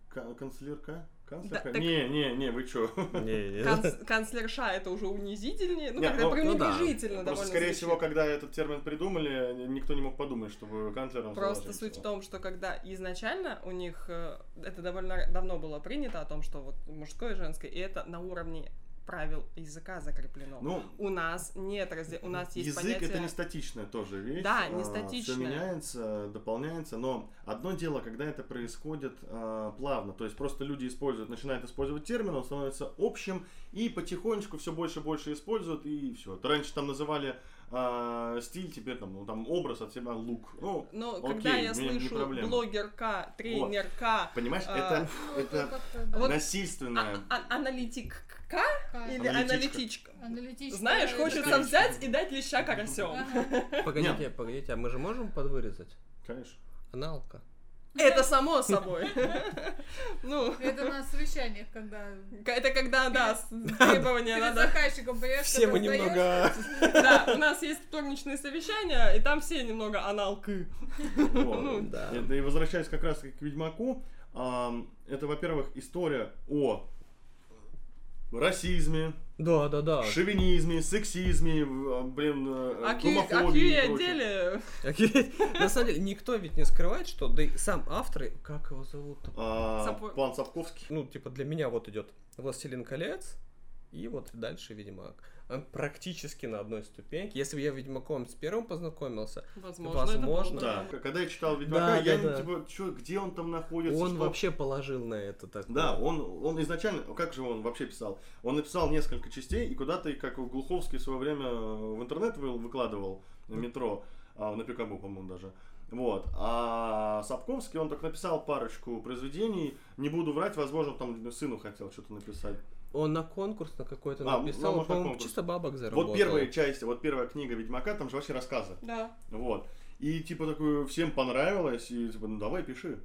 к- канцлерка, канцлерка.
Да, так- Ну,
Не, не, не, вы чё?
Не,
Канц- канцлерша это уже унизительнее, ну
Э? Не,
когда
ну,
ну да.
пренебрежительно
Просто,
довольно
скорее
звучит.
всего, когда этот термин придумали, никто не мог подумать, чтобы канцлером
Просто
звали
суть в
женщину.
том, что когда изначально у них э, это довольно р- давно было принято о том, что вот мужское и женское, и это на уровне правил языка закреплено.
Ну,
у нас нет разде... у нас есть
язык
понятие.
это не статичная тоже вещь.
Да, не
Все
статичная.
меняется, дополняется, но одно дело, когда это происходит а, плавно, то есть просто люди используют, начинают использовать термин, он становится общим и потихонечку все больше и больше используют и все. Раньше там называли а, стиль, теперь там, ну, там образ от себя лук. Ну,
Но
Окей,
когда я
мне не
слышу
проблема.
блогерка, тренерка,
понимаешь,
А,
это, это
Ну, Как-то, да.
вот
насильственное.
а- а- аналитикка
Какая-
или
Аналитичка.
аналитичка,
Аналитическая.
знаешь,
такая-
хочется взять и дать леща карасем.
Ага.
Погодите, погодите, а мы же можем подвырезать?
Конечно.
Аналка.
Это само собой. Ну,
Это на совещаниях, когда
К- Это когда, да, с- требования
перед
надо.
заказчиком поешь,
Все мы немного...
Да, у нас есть вторничные совещания, и там все немного аналки.
Вот.
Ну, Да.
Это и возвращаясь как раз к Ведьмаку, ам, это, во-первых, история о расизме,
Да, да, да.
шовинизме, сексизме, в- а, блин, э,
А Кью- а
гомофобии
Кью
и
я
прочее.
деле
Окей. На самом деле, никто ведь не скрывает, что да и сам автор, и- как его зовут?
А,
Сапо-
План Сапковский.
Ну, типа, для меня вот идет Властелин колец, и вот дальше Ведьмак. Он практически на одной ступеньке. Если бы я Ведьмаком с первым познакомился,
Возможно,
Возможно.
это
Да.
было.
К- Когда я читал Ведьмака,
Да, да,
я не
да.
типа, чё, где он там находится?
он
что-
вообще положил на это так.
Да, он, он изначально, как же он вообще писал? Он написал несколько частей и куда-то, и как в Глуховский в свое время в интернет вы- выкладывал на метро, а, на Пикабу, по-моему, даже. Вот. А Сапковский, он так написал парочку произведений. Не буду врать, возможно, там сыну хотел что-то написать.
Он на конкурс на какой-то
А, ну,
написал, он,
может, на
по-моему,
конкурс.
чисто бабок заработал.
Вот первая часть, вот первая книга Ведьмака, там же вообще рассказы.
Да.
Вот. И типа такое всем понравилось, и типа, ну давай пиши.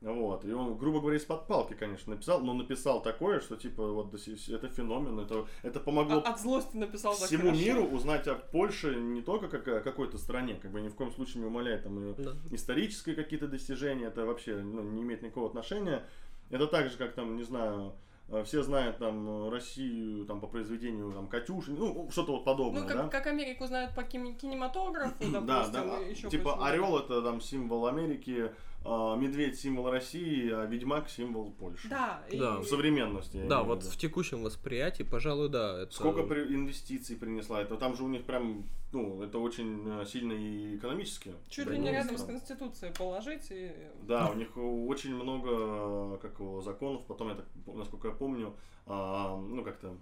Вот. И он, грубо говоря, из-под палки, конечно, написал, но написал такое, что типа вот до сих- это феномен, это, это
А-
помогло
От злости написал так
Ну, всему
хорошо.
миру узнать о Польше не только как о какой-то стране, как бы ни в коем случае не умаляет там ее
Да.
исторические какие-то достижения, это вообще ну, не имеет никакого отношения. Это так же, как там, не знаю, э, все знают там э, Россию там по произведению там Катюши, ну что-то вот подобное,
Ну,
да?
как, как Америку знают по кини- кинематографу, допустим,
Да, да.
и еще
Типа
почему-то.
орел это там символ Америки, а, медведь символ России, а ведьмак символ Польши.
Да, и-
В современности. я
Да,
имею в
вот
виду.
в текущем восприятии, пожалуй, да. Это...
Сколько при- инвестиций принесла это? Там же у них прям, ну, это очень э, сильно и экономически.
Чуть ли не
дается.
рядом с Конституцией положить и...
Да, у них очень много э, как его, законов, потом, я так, насколько я помню, а, ну как-то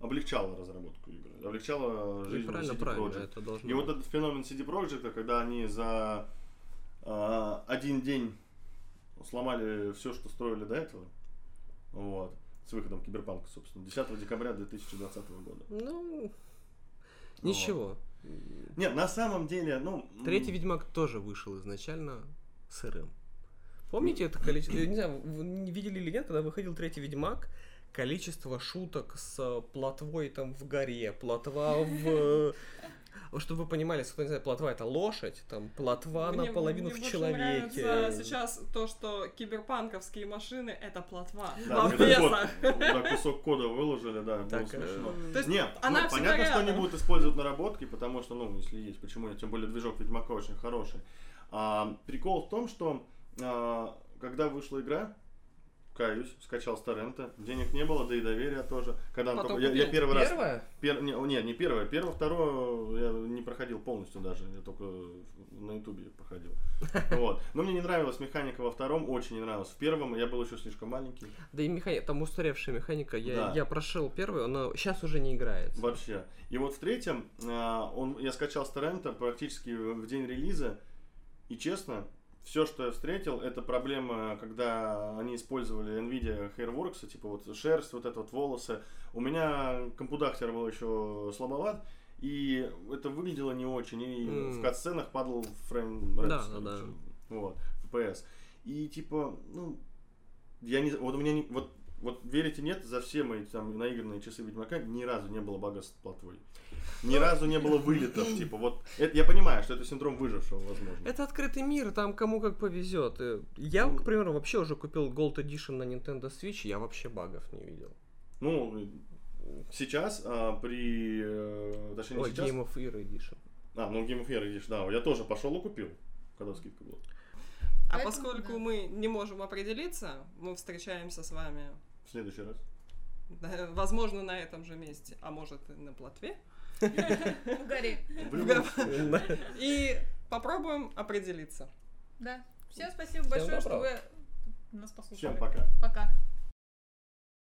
облегчало разработку игры, облегчало
И
жизнь
правильно,
CD
правильно,
Projekt.
это должно
И вот
быть.
этот феномен CD Projekt, когда они за а, один день сломали все, что строили до этого, вот, с выходом Киберпанка, собственно, 10 декабря 2020 года.
Ну,
Ну,
ничего.
Нет, на самом деле, ну... м,
Третий Ведьмак тоже вышел изначально сырым. Помните это количество... Не знаю, вы не видели ли нет, когда выходил третий Ведьмак, количество шуток с э, плотвой там в горе, плотва в... э, Чтобы вы понимали, если, не знаю, плотва это лошадь, там плотва
Мне-
наполовину
мне
в
больше
человеке.
нравится сейчас то, что киберпанковские машины — это плотва.
Да,
Во
когда
весах.
код- да, кусок кода выложили, да, было
Так,
смешно.
э,
То есть
Нет,
она
ну,
всегда
понятно, что
рядом.
они будут использовать наработки, потому что, ну, если есть, почему нет, тем более движок Ведьмака очень хороший. А, прикол в том, что а, когда вышла игра, каюсь, скачал с торрента, денег не было, да и доверия тоже. Когда она
Потом
только- я, я
купил.
первый раз,
Первое?
пер- не, о, не, не первое, первое, второе я не проходил полностью даже, я только на ютубе проходил. Вот. Но мне не нравилась механика во втором, очень не нравилась. В первом я был еще слишком маленький.
Да и механика, там устаревшая механика. Я,
Да.
я прошел первую, она сейчас уже не играет.
Вообще. И вот в третьем а, он, я скачал с торрента практически в в день релиза. И честно, все, что я встретил, это проблема, когда они использовали NVIDIA Hairworks, типа вот шерсть, вот это вот волосы. У меня компудахтер был еще слабоват, и это выглядело не очень. И
М.
в кат-сценах падал фрейм rate,
Да,
что ли,
да, да.
чем- Вот, FPS. И типа, ну, я не, вот у меня не, вот, вот верите нет, за все мои там наигранные часы Ведьмака ни разу не было бага с платвой. Ни разу не было вылетов, типа, вот, это, я понимаю, что это синдром выжившего, возможно.
Это открытый мир, там кому как повезет. Э, Я,
Ну.
к примеру, вообще уже купил Gold Edition на Nintendo Switch, я вообще багов не видел.
Ну, сейчас, а, при, э, точнее, не
Ой,
сейчас,
Game of Year Edition.
а, ну, Game of Year, видишь, да, я тоже пошел и купил, когда скидка была.
А
Поэтому,
поскольку
да.
мы не можем определиться, мы встречаемся с вами,
В следующий раз.
да, возможно, на этом же месте, а может и на плотве.
В горе.
В любом случае.
И попробуем определиться.
Да. Всем спасибо большое, что
добра.
вы нас послушали.
Всем пока.
Пока.